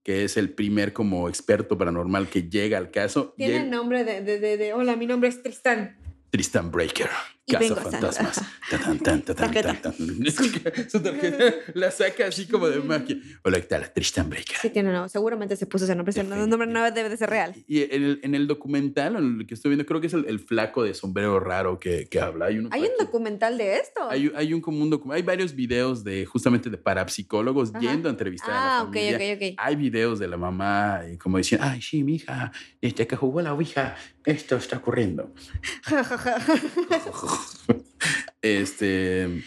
A: que es el primer como experto paranormal que llega al caso. y
B: Tiene
A: él-
B: nombre de, de, de, de- Hola, mi nombre es Tristán.
A: Tristan Breaker.
B: Y
A: Casa
B: vengo a
A: fantasmas. Tan, tan, tan, tan,
B: Tarjeta.
A: tan, <laughs> tan. Su tarjeta
B: <laughs>
A: la saca así como
B: Mm.
A: de magia. Hola, ¿qué tal? Tristan Breaker.
B: Sí, tiene no. Seguramente se puso ese nombre. Ese
A: Definitivamente.
B: nombre no debe de ser real.
A: Y en el, en el documental, en el que estoy viendo, creo que es el, el flaco de sombrero raro que, que habla. Hay, uno
B: Hay
A: por
B: un
A: aquí.
B: documental de esto.
A: Hay, un- hay un común docu- Hay varios videos de justamente de parapsicólogos
B: Ajá.
A: yendo a entrevistar a la
B: ah, ok,
A: familia.
B: ok, ok.
A: Hay videos de la mamá y como diciendo, ay, sí, mi hija, este que jugó la ouija, esto
B: <laughs>
A: está ocurriendo. este,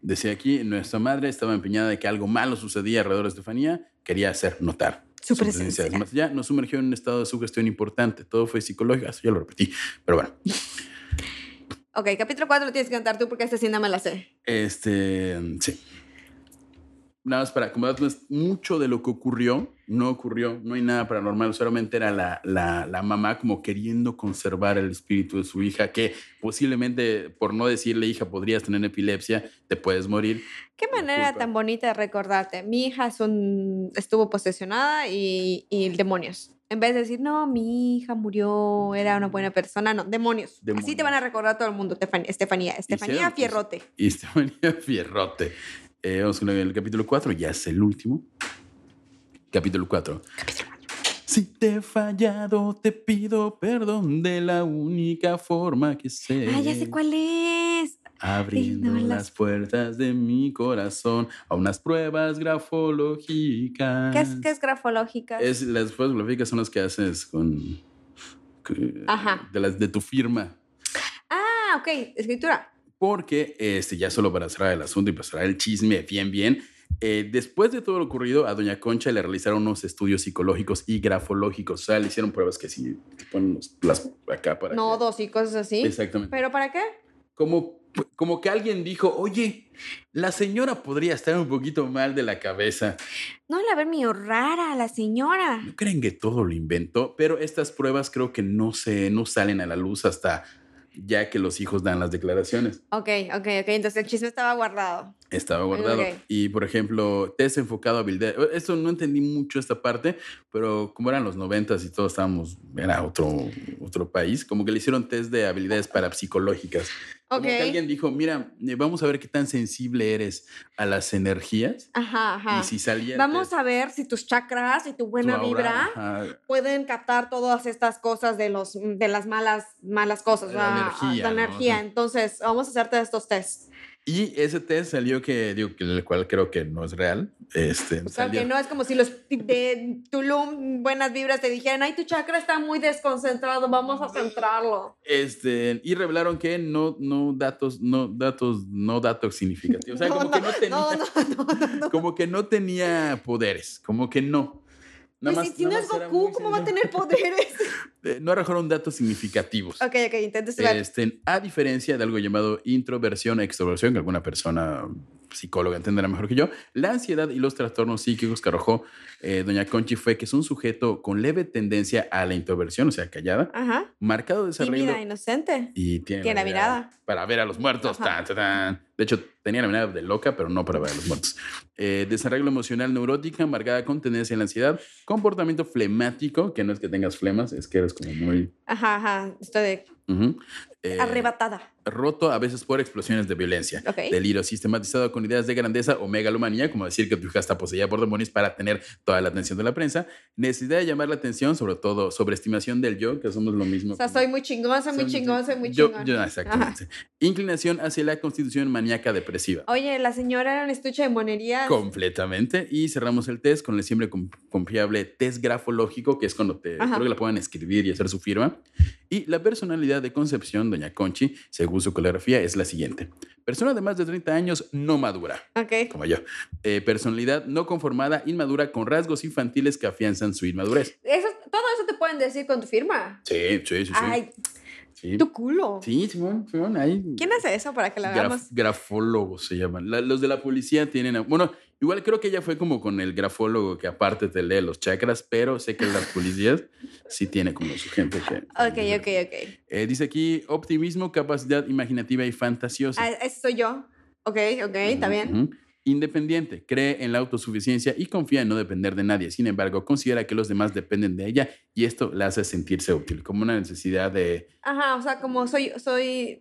A: decía aquí, nuestra madre estaba empeñada de que algo malo sucedía alrededor de Estefanía, quería hacer notar.
B: Su presencia.
A: Más allá, nos sumergió en un estado de sugestión importante. Todo fue psicológico. Eso ya lo repetí. Pero bueno.
B: Ok, capítulo 4 lo tienes que cantar tú porque esta sí no me la sé.
A: Este, sí. Nada más para acomodarles, mucho de lo que ocurrió no ocurrió, no hay nada paranormal, solamente era la, la, la mamá como queriendo conservar el espíritu de su hija, que posiblemente, por no decirle, hija, podrías tener epilepsia, te puedes morir.
B: Qué manera
A: Disculpa.
B: tan bonita de recordarte. Mi hija es un- estuvo posesionada y, y demonios. En vez de decir, no, mi hija murió, era una buena persona, no, demonios. Así te
A: Mm. Demonios. pues,
B: van a recordar todo el mundo, Tefan- Estefanía. Estefanía
A: sean-
B: Fierrote.
A: Y <laughs> Estefanía Fierrote. Eh, vamos con el capítulo 4, ya es el último. Capítulo 4. Si te he fallado, te pido perdón de la única forma que sé.
B: Ah, ya sé cuál es.
A: Abriendo
B: no
A: las...
B: las-
A: puertas de mi corazón a unas pruebas grafológicas.
B: ¿Qué es, qué es grafológica?
A: ah, Es- las pruebas grafológicas son las que haces con. que-
B: Ajá.
A: De, las, de tu firma.
B: Ah, ok, escritura.
A: Porque, este, ya solo para cerrar el asunto y para cerrar el chisme bien, bien, eh, después de todo lo ocurrido, a Doña Concha le realizaron unos estudios psicológicos y grafológicos. O sea, le hicieron pruebas que sí, te ponen los- las acá para. que-
B: Nodos y cosas así.
A: Exactamente.
B: ¿Pero para qué?
A: como, como que alguien dijo, oye, la señora podría estar un poquito mal de la cabeza.
B: No la ver medio rara, la señora.
A: ¿No creen que todo lo inventó? Pero estas pruebas creo que no, se, no salen a la luz hasta ya que los hijos dan las declaraciones.
B: Ok, ok, ok. Entonces el chisme estaba guardado.
A: Estaba guardado.
B: Ok.
A: Y, por ejemplo, test enfocado a habilidad. Esto no entendí mucho esta parte, pero como eran los noventas y todos estábamos, era otro, otro país, como que le hicieron test de habilidades parapsicológicas.
B: Ok.
A: Como que alguien dijo, mira, eh, vamos a ver qué tan sensible eres a las energías.
B: Ajá, ajá.
A: Y si salía.
B: Vamos a ver si tus chakras y tu buena vibra pueden captar todas estas cosas de los mm, de las malas malas cosas,
A: De la
B: ¿verdad?
A: energía,
B: La
A: ¿no?
B: energía.
A: Ajá.
B: Entonces, vamos a hacerte estos tests.
A: Y ese test salió que, digo, que el cual creo que no es real. Este,
B: O sea, que
A: salió-
B: no es como si los de Tulum buenas vibras te dijeran, "Ay, tu chakra está muy desconcentrado, vamos a centrarlo."
A: Este, y revelaron que no, no datos, no datos, no datos significativos. O
B: <laughs>
A: sea,
B: No,
A: como,
B: no,
A: que no tenía,
B: No, no, no, no.
A: como que no tenía poderes, como que no. Nada
B: Pues, si-
A: más-
B: si no
A: nada
B: es
A: más era
B: Goku,
A: muy
B: ¿cómo va a
A: sencillo.
B: tener poderes?
A: <laughs> Eh, No arrojaron datos significativos.
B: ok, ok, intentes ver.
A: Este, a diferencia de algo llamado introversión, extroversión, que alguna persona psicóloga entenderá mejor que yo, la ansiedad y los trastornos psíquicos que arrojó eh, doña Conchi fue que es un sujeto con leve tendencia a la introversión, o sea, callada,
B: Ajá.
A: marcado desarrollo
B: Tímida, inocente.
A: y tiene,
B: Tiene la mirada.
A: para ver a los muertos.
B: Ajá.
A: tan, tan, tan. De hecho, tenía la mirada de loca, pero no para ver a los muertos. Eh, desarrollo emocional neurótica, marcada con tendencia a la ansiedad, comportamiento flemático, que no es que tengas flemas, es que eres como muy...
B: Ajá, ajá. Estoy de-
A: ujú. Eh,
B: arrebatada.
A: roto a veces por explosiones de violencia.
B: Ok.
A: Delirio sistematizado con ideas de grandeza o megalomanía, como decir que tu hija está poseída por demonios para tener toda la atención de la prensa. Necesidad de llamar la atención, sobre todo sobreestimación del yo, que somos lo mismo.
B: O sea,
A: como-
B: soy muy chingón, soy muy chingón, soy muy
A: Yo-
B: chingón.
A: yo- exactamente. Inclinación hacia la constitución maníaca depresiva.
B: Oye, la señora era un estuche de monerías.
A: Completamente. Y cerramos el test con el siempre com- confiable test grafológico, que es cuando te,
B: Ajá.
A: creo que la puedan escribir y hacer su firma. Y la personalidad de Concepción, Doña Conchi, según su coreografía, es la siguiente. Persona de más de 30 años no madura,
B: Ok.
A: como yo. Eh, personalidad no conformada, inmadura, con rasgos infantiles que afianzan su inmadurez.
B: Eso, todo eso te pueden decir con tu firma.
A: Sí, sí, sí. sí.
B: Ay,
A: sí.
B: tu culo.
A: Sí, Simón, Simón, ahí.
B: ¿Quién hace eso para que la
A: Graf-
B: veamos?
A: grafólogos se llaman. La- los de la policía tienen. a- Bueno, igual creo que ella fue como con el grafólogo que aparte te lee los chakras, pero sé que las policías sí tiene como su gente que.
B: Ok, ok, ok.
A: Eh, dice aquí: optimismo, capacidad imaginativa y fantasiosa.
B: Ah, eso soy yo. Ok, ok, está bien.
A: Ujú. Independiente, cree en la autosuficiencia y confía en no depender de nadie. Sin embargo, considera que los demás dependen de ella y esto la hace sentirse útil, como una necesidad de
B: Ajá, o sea, como soy, soy,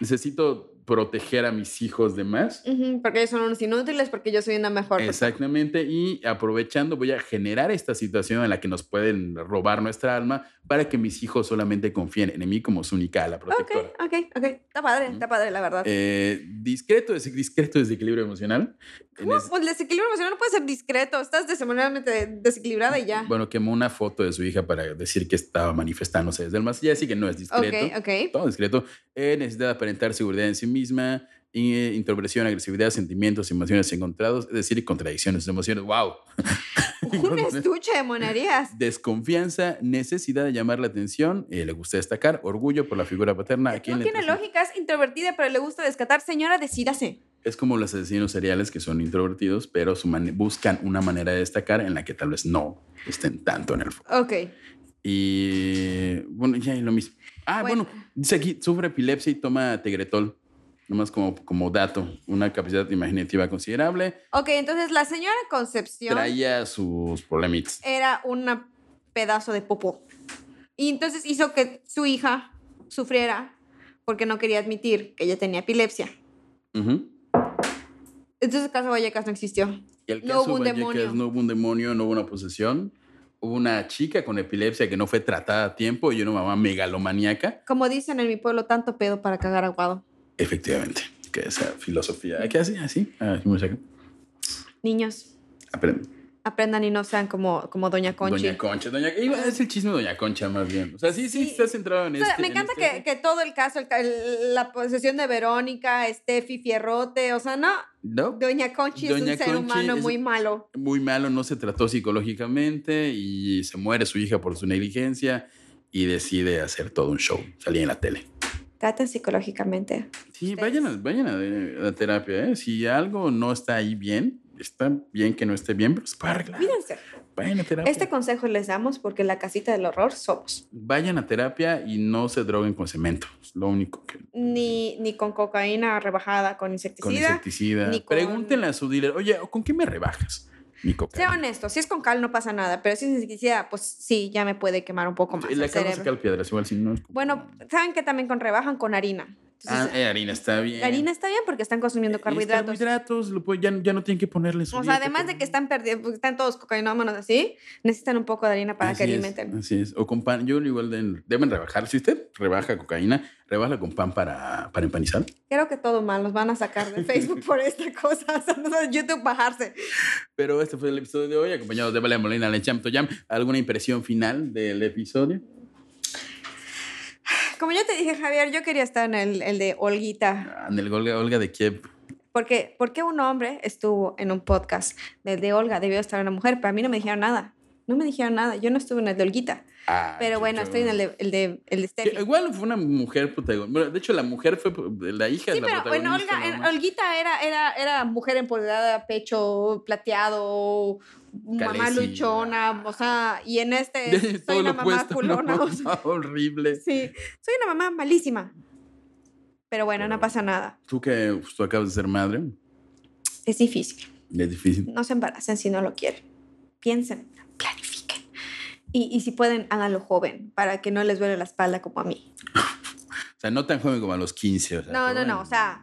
A: necesito proteger a mis hijos de más.
B: ujú, porque ellos son unos inútiles, porque yo soy una mejor. persona.
A: Exactamente, y aprovechando voy a generar esta situación en la que nos pueden robar nuestra alma para que mis hijos solamente confíen en mí como su única ala
B: Ok,
A: protectora.
B: ok, ok. Está padre, está padre, la verdad.
A: Eh, discreto, des- discreto desequilibrio emocional. En
B: ¿Cómo?
A: es-
B: Pues el desequilibrio emocional no puede ser discreto. Estás desemocionalmente desequilibrada y ya.
A: bueno, quemó una foto de su hija para decir que estaba manifestándose desde el más allá, así que no es discreto.
B: Ok,
A: <laughs>
B: ok.
A: Todo discreto. Eh, necesidad de aparentar seguridad en sí misma, y, eh, introversión, agresividad, sentimientos, emociones encontrados, es decir, contradicciones de emociones. ¡Wow!
B: Un estuche de monerías.
A: Desconfianza, necesidad de llamar la atención, eh, le gusta destacar, orgullo por la figura paterna. <laughs> ¿A quién
B: No
A: le
B: tiene
A: presume?
B: lógica, es introvertida, pero le gusta descatar. Señora, decídase.
A: Es como los asesinos seriales que son introvertidos, pero su mane- buscan una manera de destacar en la que tal vez no estén tanto en el foco.
B: Ok.
A: Y bueno, ya es lo mismo. Ah,
B: Bueno.
A: bueno. dice aquí, sufre epilepsia y toma tegretol. Nomás como, como dato, una capacidad imaginativa considerable.
B: Ok, entonces la señora Concepción
A: Traía sus problemitas.
B: era un pedazo de popó. Y entonces hizo que su hija sufriera porque no quería admitir que ella tenía epilepsia.
A: Ujú.
B: Entonces el caso Vallecas no existió.
A: Y el
B: No
A: caso
B: hubo un
A: Vallecas,
B: demonio.
A: No hubo un demonio, no hubo una posesión. Hubo una chica con epilepsia que no fue tratada a tiempo y una mamá megalomaníaca.
B: Como dicen en mi pueblo, tanto pedo para cagar aguado.
A: Efectivamente, que esa filosofía. ¿Qué así? ¿Así? Así muy cerca.
B: Niños,
A: Aprende.
B: aprendan y no sean como, como Doña Conchi.
A: Doña Concha. Doña, iba- es el chisme de Doña Concha, más bien. O sea, sí, sí,
B: Sí.
A: estás centrado en
B: O sea,
A: este-
B: me
A: en
B: encanta
A: este-
B: que, que todo el caso, el ca- el- la posesión de Verónica, Steffi, Fierrote, o sea, no,
A: No.
B: Doña Conchi
A: Doña
B: es un ser
A: Conchi
B: humano
A: es-
B: muy malo.
A: muy malo, no se trató psicológicamente y se muere su hija por su negligencia y decide hacer todo un show, salir en la tele.
B: Traten psicológicamente.
A: Sí,
B: Ustedes.
A: vayan, a, vayan a, a terapia, ¿eh? Si algo no está ahí bien, está bien que no esté bien, pero se puede arreglar.
B: Cuídense.
A: Vayan a terapia.
B: Este consejo les damos porque la casita del horror somos.
A: Vayan a terapia y no se droguen con cemento. Es lo único que...
B: Ni, ni con cocaína rebajada, con
A: Con
B: insecticida.
A: insecticida.
B: ni con-
A: Pregúntenle a su dealer, oye, ¿con qué me rebajas? Ni
B: Sea
A: cocaína.
B: honesto, si es con cal no pasa nada, pero si es insecticida, pues sí, ya me puede quemar un poco más.
A: Le
B: el
A: acabo de
B: cerebro.
A: sacar piedras, igual si no... es-
B: Bueno, saben que también con rebajan con harina.
A: Ah,
B: Entonces,
A: eh, harina está bien.
B: la harina está bien porque están consumiendo
A: Y
B: carbohidratos.
A: carbohidratos, lo puede- ya, ya no tienen que ponerle su
B: O sea,
A: dieta,
B: además de
A: pero-
B: que están perdiendo, porque están todos cocainómanos así, necesitan un poco de harina para que
A: Así es,
B: alimenten.
A: Así es. O con pan. Yo igual de- deben rebajar. Si usted rebaja cocaína, rebaja con pan para, para empanizar.
B: Creo que todo mal, nos van a sacar de Facebook por esta <laughs> cosa, o sea, nos van a YouTube bajarse.
A: Pero este fue el episodio de hoy, acompañado de Valeria Molina, la Champ Jam. ¿Alguna impresión final del episodio?
B: Como ya te dije, Javier, yo quería estar en el, el de Olguita,
A: Ah, En el Olga, Olga de Kiev.
B: porque ¿por qué un hombre estuvo en un podcast del de Olga? Debió estar una mujer, pero a mí no me dijeron nada. No me dijeron nada, yo no estuve en el de Olguita,
A: Ah,
B: pero bueno,
A: chucho.
B: estoy en el de, el de, el de
A: Que
B: Steffi.
A: igual fue una mujer protagonista. Bueno, de hecho, la mujer fue la hija
B: Sí,
A: de la
B: pero en
A: protagonista.
B: Olga,
A: ¿no?
B: en Olguita era, era, era mujer empoderada, pecho plateado, mamá
A: Calecida.
B: luchona, o sea, y en este
A: <laughs> De-
B: soy
A: todo
B: una
A: lo
B: mamá
A: opuesto. ¿no?
B: culona. o
A: <laughs>
B: sea,
A: Horrible.
B: sí, soy una mamá malísima. Pero bueno,
A: Pero-
B: no pasa nada.
A: Tú que pues, tú acabas de ser madre,
B: Es difícil.
A: es difícil.
B: No se embaracen si no lo quieren. Piensen, planifiquen. Y, y si pueden, háganlo joven para que no les duele la espalda como a mí.
A: O sea, no tan joven como a los 15. o sea,
B: No, no,
A: joven.
B: no, o sea,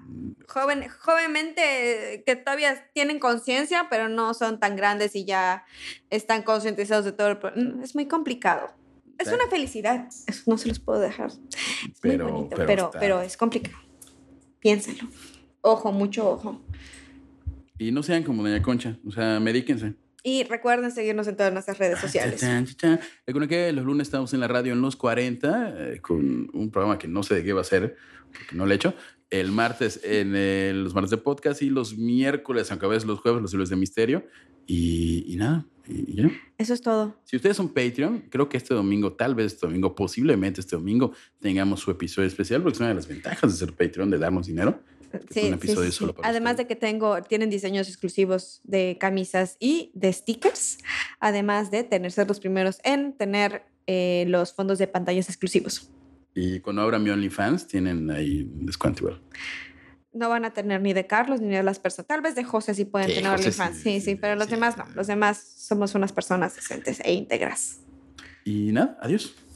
B: Joven, jovenmente eh, que todavía tienen conciencia, pero no son tan grandes y ya están concientizados de todo. El pro- Mm, es muy complicado. Es
A: Exacto.
B: una felicidad. Eso no se los puedo dejar. Es
A: Pero-
B: muy bonito,
A: pero
B: pero,
A: está-
B: pero es complicado. Piénsalo. Ojo, mucho ojo.
A: Y no sean como Doña Concha, o sea, medíquense.
B: Y recuerden seguirnos en todas nuestras redes sociales.
A: Cha-chan, cha-chan. Recuerden que los lunes estamos en la radio en los 40 eh, con un programa que no sé de qué va a ser, porque no lo he hecho. El martes en eh, los martes de podcast y los miércoles, aunque a veces los jueves, los lunes de misterio. Y, y nada, y ya.
B: Eso es todo.
A: Si ustedes son Patreon, creo que este domingo, tal vez este domingo, posiblemente este domingo, tengamos su episodio especial, porque es una de las ventajas de ser Patreon, de darnos dinero.
B: Sí,
A: un
B: sí,
A: episodio
B: sí, sí.
A: solo para
B: Además
A: ustedes.
B: de que tengo, tienen diseños exclusivos de camisas y de stickers, además de tener ser los primeros en tener eh, los fondos de pantallas exclusivos.
A: Y cuando abran mi OnlyFans, tienen ahí un descuento igual.
B: No van a tener ni de Carlos ni de las personas. Tal vez de José sí pueden
A: Sí,
B: tener
A: José
B: OnlyFans.
A: sí,
B: Sí,
A: sí,
B: sí, pero los
A: sí.
B: demás no. Los demás somos unas personas decentes e íntegras.
A: Y nada, adiós.